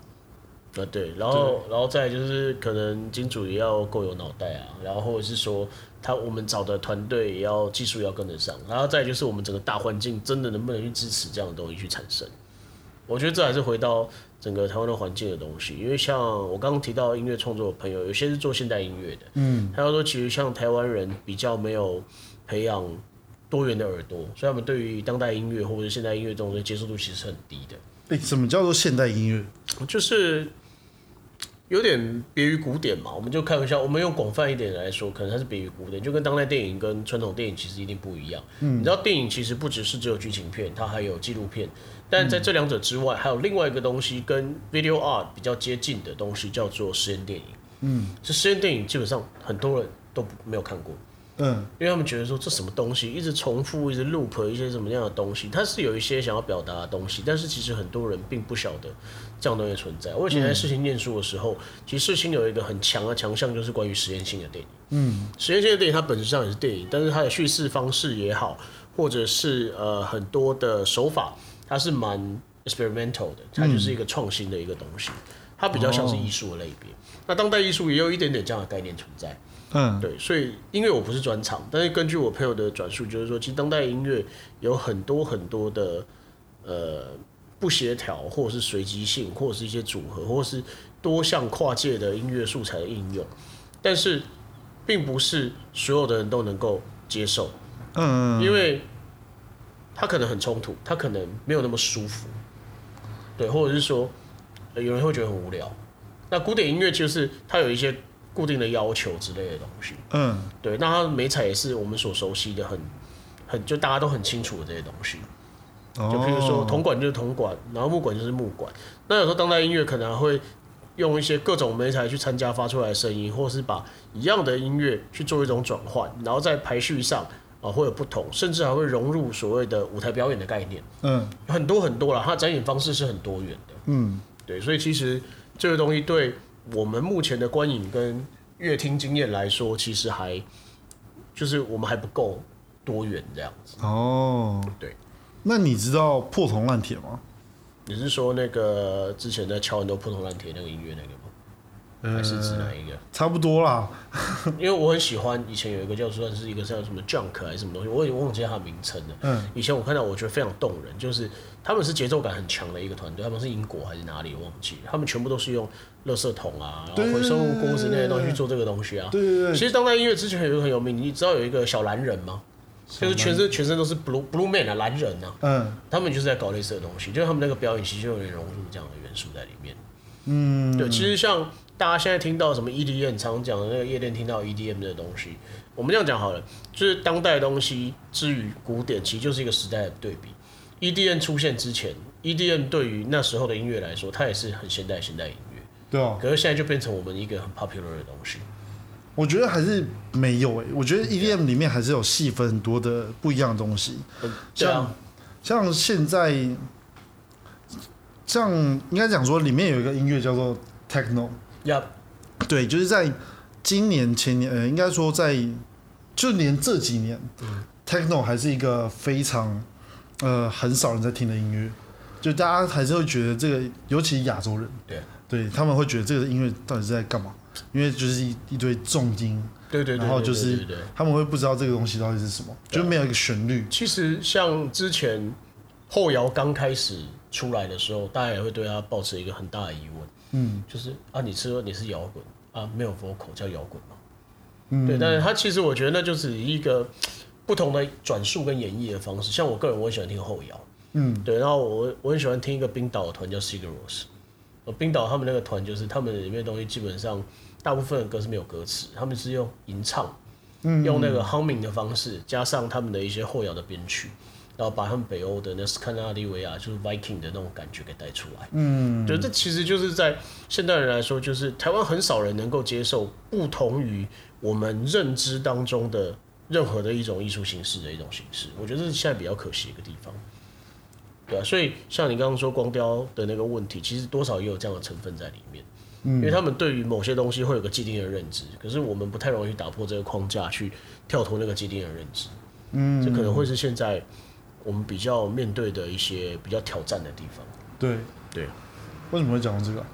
Speaker 2: 啊，对，然后然后再来就是可能金主也要够有脑袋啊，然后或者是说他我们找的团队也要技术要跟得上，然后再来就是我们整个大环境真的能不能去支持这样的东西去产生，我觉得这还是回到整个台湾的环境的东西，因为像我刚刚提到音乐创作的朋友，有些是做现代音乐的，嗯，他要说其实像台湾人比较没有培养多元的耳朵，所以他们对于当代音乐或者现代音乐这种东西接受度其实是很低的，
Speaker 1: 哎，什么叫做现代音乐？
Speaker 2: 就是有点别于古典嘛。我们就开玩笑，我们用广泛一点来说，可能它是别于古典，就跟当代电影跟传统电影其实一定不一样。嗯，你知道电影其实不只是只有剧情片，它还有纪录片，但在这两者之外，还有另外一个东西跟 video art 比较接近的东西，叫做实验电影。嗯，这实验电影基本上很多人都不没有看过。
Speaker 1: 嗯，
Speaker 2: 因为他们觉得说这什么东西一直重复，一直 loop 一些什么样的东西，它是有一些想要表达的东西，但是其实很多人并不晓得这样东西存在。我以前在世新念书的时候，其实世新有一个很强的强项就是关于实验性的电影。嗯，实验性的电影它本质上也是电影，但是它的叙事方式也好，或者是呃很多的手法，它是蛮 experimental 的，它就是一个创新的一个东西，它比较像是艺术的类别。那当代艺术也有一点点这样的概念存在。
Speaker 1: 嗯，
Speaker 2: 对，所以因为我不是专场，但是根据我朋友的转述，就是说，其实当代音乐有很多很多的呃不协调，或者是随机性，或者是一些组合，或者是多项跨界的音乐素材的应用，但是并不是所有的人都能够接受，
Speaker 1: 嗯，
Speaker 2: 因为它可能很冲突，它可能没有那么舒服，对，或者是说、呃有人会觉得很无聊。那古典音乐就是它有一些固定的要求之类的东西，
Speaker 1: 嗯，
Speaker 2: 对，那它美彩也是我们所熟悉的很，很就大家都很清楚的这些东西。
Speaker 1: 就
Speaker 2: 就譬如
Speaker 1: 哦
Speaker 2: 说铜管就是铜管，然后木管就是木管。那有时候当代音乐可能还会用一些各种媒材去参加发出来的声音，或是把一样的音乐去做一种转换，然后在排序上啊会有不同，甚至还会融入所谓的舞台表演的概念，
Speaker 1: 嗯
Speaker 2: 很多很多啦。它的展演方式是很多元的，
Speaker 1: 嗯，
Speaker 2: 对，所以其实这个东西对我们目前的观影跟乐听经验来说，其实还就是我们还不够多元这样子。
Speaker 1: 哦，
Speaker 2: 对，
Speaker 1: 那你知道破铜烂铁吗？
Speaker 2: 你是说那个之前在敲很多破铜烂铁那个音乐那个吗？还是指哪一个？
Speaker 1: 差不多啦，
Speaker 2: 因为我很喜欢以前有一个叫做算是一个叫什么 Junk 还是什么东西，我已经忘记它的名称了。
Speaker 1: 嗯，
Speaker 2: 以前我看到我觉得非常动人，就是他们是节奏感很强的一个团队，他们是英国还是哪里我忘记，了，他们全部都是用垃圾桶啊，然后回收物锅子那些东西去做这个东西啊。
Speaker 1: 对对对，
Speaker 2: 其实当代音乐之前有一个很有名，你知道有一个小蓝人吗？就是全身全身都是 blue blue man 啊，蓝人啊，
Speaker 1: 嗯
Speaker 2: 他们就是在搞类似的东西，就是他们那个表演其实就有点融入这样的元素在里面。
Speaker 1: 嗯，
Speaker 2: 对，其实像大家现在听到什么 EDM，常讲的那个夜店听到 E EDM 的东西，我们这样讲好了，就是当代的东西之于古典，其实就是一个时代的对比。EDM 出现之前，EDM 对于那时候的音乐来说，它也是很现代现代音乐，
Speaker 1: 对哦，
Speaker 2: 可是现在就变成我们一个很 popular 的东西。
Speaker 1: 我觉得还是没有诶、我觉得 EDM 里面还是有细分很多的不一样的东西，
Speaker 2: 嗯对啊，
Speaker 1: 像现在，像应该讲说里面有一个音乐叫做 techno，
Speaker 2: 要
Speaker 1: 对，就是在今年前年，呃，应该说在就连这几年、t
Speaker 2: 嗯
Speaker 1: e c h n o 还是一个非常呃很少人在听的音乐，就大家还是会觉得这个，尤其亚洲人，
Speaker 2: 对
Speaker 1: 对他们会觉得这个音乐到底是在干嘛？因为就是一一堆重音，
Speaker 2: 对对对，
Speaker 1: 然后就
Speaker 2: 对
Speaker 1: 是
Speaker 2: 对对对
Speaker 1: 他们会不知道这个东西到底是什么，
Speaker 2: 对啊
Speaker 1: 就没有一个旋律。
Speaker 2: 其实像之前后摇刚开始出来的时候，大家也会对他抱持一个很大的疑问，嗯，就是啊，你是你是摇滚啊，没有 vocal 叫摇滚吗？嗯，对，但是他其实我觉得那就是一个不同的转述跟演绎的方式。像我个人，我很喜欢听后摇，
Speaker 1: 嗯，
Speaker 2: 对，然后我我很喜欢听一个冰岛的团叫 Sigur Ros，呃冰岛他们那个团就是他们里面的东西基本上大部分的歌是没有歌词，他们是用吟唱。用那个 humming 的方式，加上他们的一些后摇的编曲，然后把他们北欧的那斯堪纳利维亚就是 Viking 的那种感觉给带出来。嗯，对，这其实就是在现代人来说，就是台湾很少人能够接受不同于我们认知当中的任何的一种艺术形式的一种形式。我觉得这是现在比较可惜的一个地方。对啊，所以像你刚刚说光雕的那个问题，其实多少也有这样的成分在里面。因为他们对于某些东西会有个既定的认知，可是我们不太容易打破这个框架去跳脱那个既定的认知。嗯，这可能会是现在我们比较面对的一些比较挑战的地方。
Speaker 1: 对，
Speaker 2: 对，
Speaker 1: 为什么会讲到这个啊？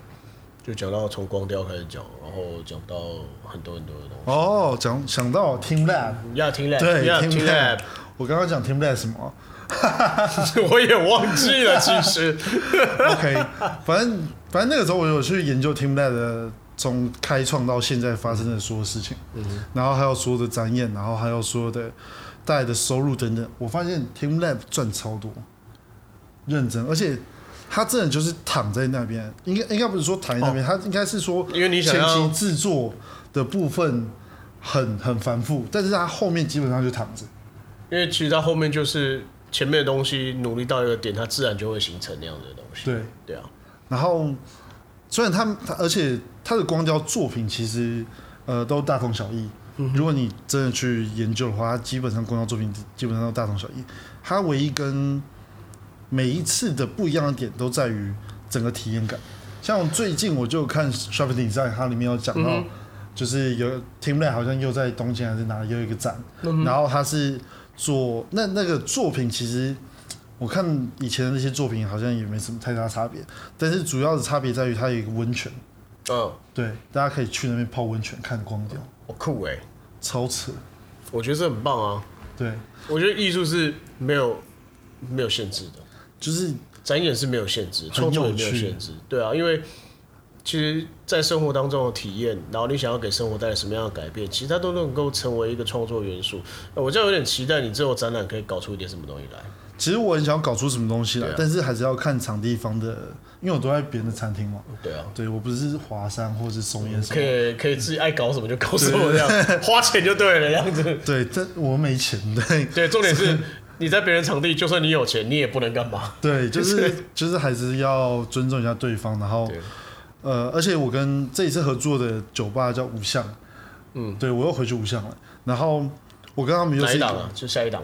Speaker 2: 就讲到从光雕开始讲，然后讲到很多很多的东西。
Speaker 1: 哦，讲想到 Team Lab，
Speaker 2: 你要听 lab，
Speaker 1: 对
Speaker 2: 你要
Speaker 1: Team
Speaker 2: 听 lab，
Speaker 1: 我刚刚讲 Team Lab 什么？
Speaker 2: 我也忘记了，其 实
Speaker 1: OK，反正反正那个时候我有去研究 Team Lab 的从开创到现在发生的所有事情，然后还有所有的展演，然后还有所有的带来的收入等等，我发现 Team Lab 赚超多，认真，而且他真的就是躺在那边，应该应该不是说躺在那边，他应该是说
Speaker 2: 因为你想
Speaker 1: 前期
Speaker 2: 要
Speaker 1: 制作的部分很很繁复，但是他后面基本上就躺着。
Speaker 2: 因为其实它后面就是前面的东西努力到一个点，它自然就会形成那样的东西。
Speaker 1: 对，
Speaker 2: 对啊，
Speaker 1: 然后虽然他们，他而且他的光雕作品其实呃都大同小异。如果你真的去研究的话，它基本上光雕作品基本上都大同小异。它唯一跟每一次的不一样的点都在于整个体验感。像最近我就看 s h a p d e s i g 它里面有讲到，就是有 Team Lab 好像又在东京还是哪里有一个展，然后它是做那那个作品其实。我看以前的那些作品好像也没什么太大差别，但是主要的差别在于它有一个温泉，
Speaker 2: 嗯，
Speaker 1: 对，大家可以去那边泡温泉看光雕，
Speaker 2: 好酷哎、
Speaker 1: 超扯，
Speaker 2: 我觉得这很棒啊！
Speaker 1: 对，
Speaker 2: 我觉得艺术是没有没有限制的，
Speaker 1: 就是
Speaker 2: 展演是没有限制，
Speaker 1: 很有
Speaker 2: 创作也没有
Speaker 1: 趣
Speaker 2: 限制。对啊，因为其实，在生活当中的体验，然后你想要给生活带来什么样的改变，其实它都能够成为一个创作元素。呃我这样有点期待你之后展览可以搞出一点什么东西来。
Speaker 1: 其实我很想要搞出什么东西来，
Speaker 2: 对啊
Speaker 1: 但是还是要看场地方的，因为我都在别人的餐厅嘛，
Speaker 2: 对啊，
Speaker 1: 对我不是华山或是松烟什
Speaker 2: 可
Speaker 1: 么，
Speaker 2: 以可以自己爱搞什么就搞什么这样， 花钱就对了这样子。
Speaker 1: 对，但我没钱， 对
Speaker 2: 对，重点是你在别人场地，就算你有钱，你也不能 干嘛。
Speaker 1: 对， 就是就是还是要尊重一下对方，然后
Speaker 2: 对
Speaker 1: 呃，而且我跟这一次合作的酒吧叫五巷，嗯，对我又回去五巷了，然后我跟他们又
Speaker 2: 哪
Speaker 1: 是
Speaker 2: 一
Speaker 1: 一个
Speaker 2: 档啊？就下一档。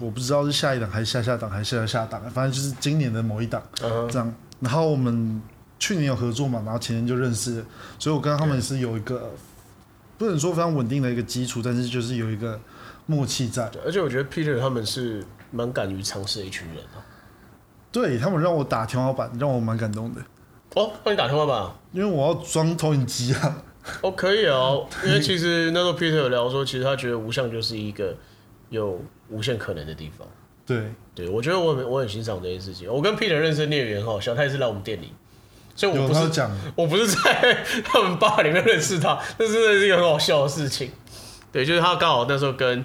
Speaker 1: 我不知道是下一档还是下下档还是下下档，反正就是今年的某一档
Speaker 2: 嗯哼
Speaker 1: 这样。然后我们去年有合作嘛，然后前年就认识了，所以我跟他们是有一个不能说非常稳定的一个基础，但是就是有一个默契在。
Speaker 2: 对而且我觉得 Peter 他们是蛮敢于尝试的一群人啊。
Speaker 1: 对他们让我打天花板，让我蛮感动的，
Speaker 2: 哦，帮你打电话吧。
Speaker 1: 因为我要装投影机啊。
Speaker 2: 哦，可以哦，因为其实那时候 Peter 有聊说，其实他觉得无相就是一个有无限可能的地方。
Speaker 1: 对，
Speaker 2: 对，我觉得我很我很欣赏这件事情。我跟 Peter 认识的孽缘哈，小他也是来我们店里，所以我
Speaker 1: 有
Speaker 2: 不
Speaker 1: 他
Speaker 2: 是
Speaker 1: 有讲，
Speaker 2: 我不是在 他们吧里面认识他，这真的是一个很好笑的事情。对，就是他刚好那时候跟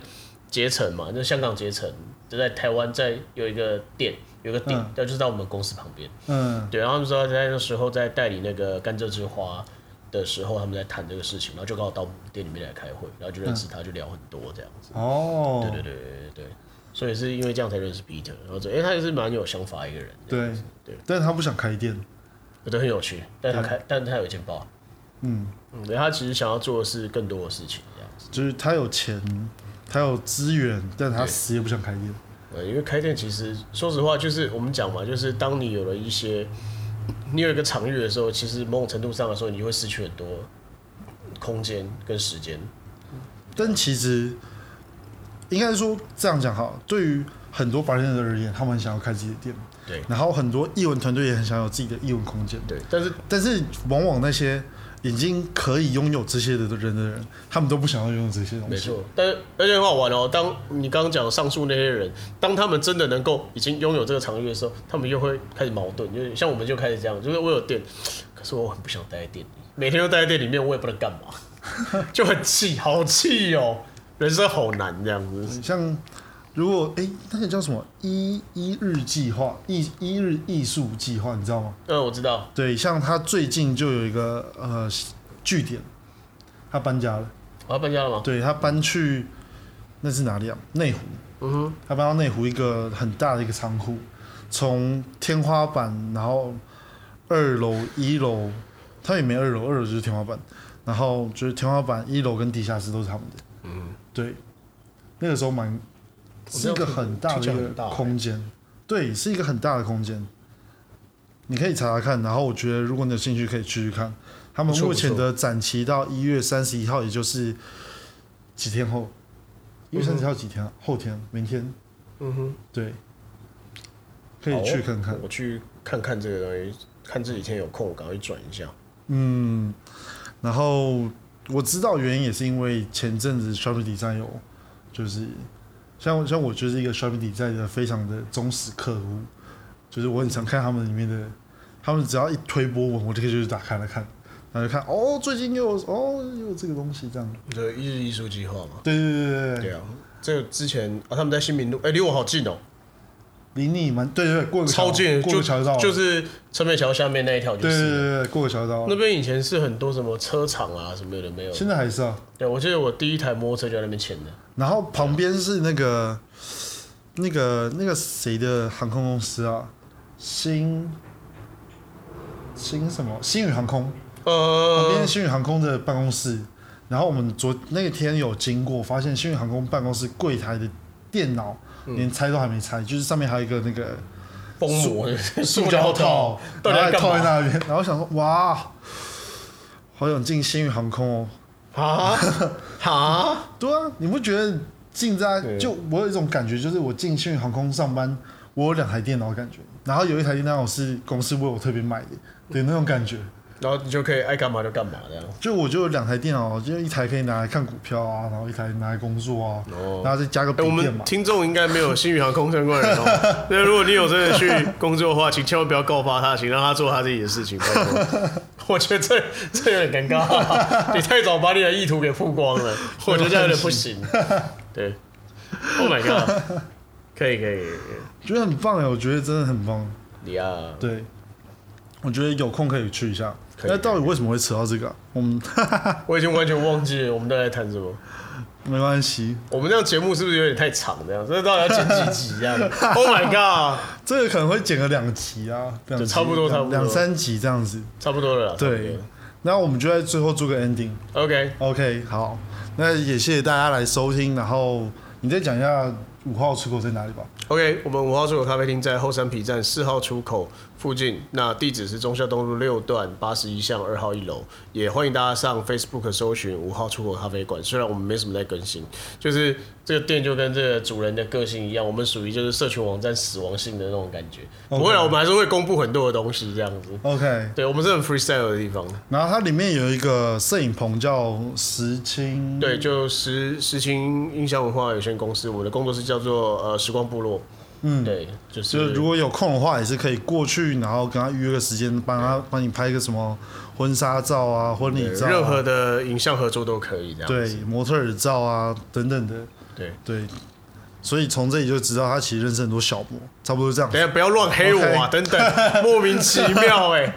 Speaker 2: 杰成嘛，就香港杰成就在台湾在有一个店，有一个店
Speaker 1: 嗯，
Speaker 2: 那、就是在我们公司旁边。
Speaker 1: 嗯，
Speaker 2: 对，然后他们说在那时候在代理那个甘蔗之花的时候，他们在谈这个事情，然后就刚好到我们店里面来开会，然后就认识他，就聊很多这样子。
Speaker 1: 嗯哦
Speaker 2: 对，对对对对对，所以是因为这样才认识 Peter，然后这哎、他也是蛮有想法一个人，
Speaker 1: 对
Speaker 2: 对，
Speaker 1: 但是他不想开店，
Speaker 2: 我觉得很有趣。但他开，但他有一件包，
Speaker 1: 嗯，
Speaker 2: 嗯，对他其实想要做的是更多的事情这样子。
Speaker 1: 就是他有钱，他有资源，但他死也不想开店。
Speaker 2: 呃，因为开店其实说实话，就是我们讲嘛，就是当你有了一些，你有一个场域的时候，其实某种程度上来说，你就会失去很多空间跟时间。
Speaker 1: 但其实应该说这样讲好，对于很多白人而言，他们很想要开自己的店，
Speaker 2: 对
Speaker 1: 然后很多艺文团队也很想有自己的艺文空间，
Speaker 2: 对，但是
Speaker 1: 但是往往那些已经可以拥有这些的人的人，他们都不想要拥有这些东
Speaker 2: 没
Speaker 1: 西。
Speaker 2: 错，但是而且很好玩哦。当你刚刚讲上述那些人，当他们真的能够已经拥有这个场域的时候，他们又会开始矛盾，就是像我们就开始这样，就是我有店，可是我很不想待在店里，每天都待在店里面，我也不能干嘛， 就很气，好气哦，人生好难这样子。
Speaker 1: 像如果哎、那个叫什么一一日计划，一一日艺术计划，你知道吗？
Speaker 2: 嗯，我知道，
Speaker 1: 对，像他最近就有一个呃据点，他搬家了。
Speaker 2: 我要搬家了吗？
Speaker 1: 对他搬去那是哪里啊？内湖。嗯哼。他搬到内湖一个很大的一个仓库，从天花板，然后二楼、一楼，他也没二楼，二楼就是天花板，然后就是天花板、一楼跟地下室都是他们的。嗯。对，那个时候蛮是一个很大的
Speaker 2: 听起来
Speaker 1: 一
Speaker 2: 很大
Speaker 1: 个
Speaker 2: 欸
Speaker 1: 空间，对，是一个很大的空间。你可以查查看，然后我觉得如果你有兴趣，可以去去看。他们
Speaker 2: 不错
Speaker 1: 目
Speaker 2: 不错
Speaker 1: 前的展期到一月三十一号，也就是几天
Speaker 2: 嗯
Speaker 1: 后，一月三十号几天啊？后天，明天。嗯哼，对，可以去看看
Speaker 2: 好哦。我去看看这个东西，看这几天有空，我赶快去转一下。
Speaker 1: 嗯，然后我知道原因也是因为前阵子 Shopee 上有就是像像我就是一个 Sharpie 底在的非常的忠实客户，就是我很常看他们里面的，他们只要一推波文，我就可以就是打开来看，然后就看哦，最近又有哦又有这个东西这样。
Speaker 2: 这一日艺术计划嘛。
Speaker 1: 对对对对对，
Speaker 2: 对啊，这个之前啊，他们在新民路，哎、离我好近哦、
Speaker 1: 离你蛮对对对，过个桥
Speaker 2: 超近，
Speaker 1: 过
Speaker 2: 就
Speaker 1: 个桥就到了，
Speaker 2: 就是陈北桥下面那一条就
Speaker 1: 对对
Speaker 2: 是了。
Speaker 1: 对对，过个桥就到
Speaker 2: 那
Speaker 1: 了。
Speaker 2: 边以前是很多什么车厂啊什么有的没有的。
Speaker 1: 现在还是啊，
Speaker 2: 对，我记得我第一台摩托车就在那边签的。
Speaker 1: 然后旁边是那个那个那个谁的航空公司啊，新新什么新宇航空，旁边
Speaker 2: 呃
Speaker 1: 是，新宇航空的办公室，然后我们昨那天有经过，发现新宇航空办公室柜台的电脑
Speaker 2: 嗯
Speaker 1: 连拆都还没拆，就是上面还有一个那个
Speaker 2: 封膜、
Speaker 1: 塑胶套，
Speaker 2: 到
Speaker 1: 然后
Speaker 2: 底要
Speaker 1: 还
Speaker 2: 干
Speaker 1: 套在
Speaker 2: 嘛
Speaker 1: 那边，然后想说哇，好想进新宇航空哦。
Speaker 2: 啊？啊？
Speaker 1: 对啊，你不觉得进在
Speaker 2: 对
Speaker 1: 就我有一种感觉，就是我进新宇航空上班，我有两台电脑的感觉，然后有一台电脑是公司为我特别买的，对那种感觉。
Speaker 2: 然后你就可以爱干嘛就干嘛这样。
Speaker 1: 就我就有两台电脑，就一台可以拿来看股票啊，然后一台拿来工作啊，
Speaker 2: 哦
Speaker 1: 然后再加个笔
Speaker 2: 哎、我
Speaker 1: 电
Speaker 2: 们
Speaker 1: 嘛。
Speaker 2: 听众应该没有新宇航空相关人 哦。那如果你有真的去工作的话，请千万不要告发他，请让他做他自己的事情。拜 托我觉得这这有点尴尬、你太早把你的意图给曝光 了，我觉得这样有点不行。对，Oh my god，可以可以，可以
Speaker 1: 觉得很棒哎，我觉得真的很棒。
Speaker 2: 你啊，
Speaker 1: 对，我觉得有空可以去一下。
Speaker 2: 可以
Speaker 1: 那到底为什么会扯到这个啊、我们
Speaker 2: 我已经完全忘记了我们都在谈什么。
Speaker 1: 没关系，
Speaker 2: 我们这样节目是不是有点太长？这样，这到底要剪几集这 样？Oh my god，
Speaker 1: 这个可能会剪个两集啊，两集
Speaker 2: 就差不多
Speaker 1: 两
Speaker 2: 差不多
Speaker 1: 两三集这样子。
Speaker 2: 差不多了啦。
Speaker 1: 对，那我们就在最后做个 ending。
Speaker 2: ，OK，
Speaker 1: OK，好，那也谢谢大家来收听。然后你再讲一下五号出口在哪里吧。
Speaker 2: OK，我们五号出口咖啡厅在后山皮站四号出口附近，那地址是忠孝东路六段八十一巷二号一楼，也欢迎大家上 Facebook 搜寻五号出口咖啡馆。虽然我们没什么在更新，就是这个店就跟这个主人的个性一样，我们属于就是社群网站死亡性的那种感觉。不会啦，我们还是会公布很多的东西这样子。
Speaker 1: OK，
Speaker 2: 对，我们是很 freestyle 的地方。
Speaker 1: 然后它里面有一个摄影棚叫石青，
Speaker 2: 对，就石石青音响文化有限公司，我们的工作室叫做呃时光部落。嗯，对，就是
Speaker 1: 就是如果有空的话，也是可以过去，然后跟他预约个时间，帮他帮你拍个什么婚纱照啊、婚礼
Speaker 2: 对
Speaker 1: 照啊、
Speaker 2: 任何的影像合作都可以这样。
Speaker 1: 对模特儿照啊等等的，
Speaker 2: 对，
Speaker 1: 对。所以从这里就知道他其实认识很多小模，差不多这样
Speaker 2: 等。一下不要乱黑我啊！等 等，莫名其妙哎、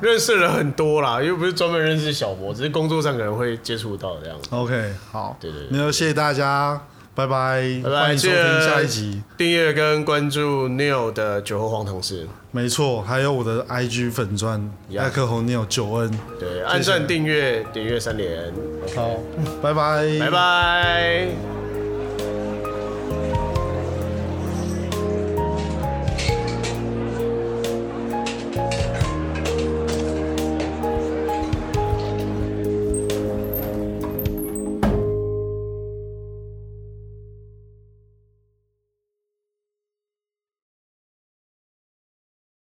Speaker 2: 认识人很多啦，又不是专门认识小博，只是工作上可能会接触到这样。
Speaker 1: OK，好，
Speaker 2: 对对对
Speaker 1: 那就谢谢大家，拜拜，
Speaker 2: 拜拜
Speaker 1: 哦欢迎收听
Speaker 2: 谢谢
Speaker 1: 下一集。
Speaker 2: 订阅跟关注 Neil 的酒后黄同事，
Speaker 1: 没错，还有我的 IG 粉砖
Speaker 2: Yeah
Speaker 1: 艾克红你有九恩，
Speaker 2: 对，按赞、订阅、点阅三连，
Speaker 1: 好，拜拜，
Speaker 2: 拜拜。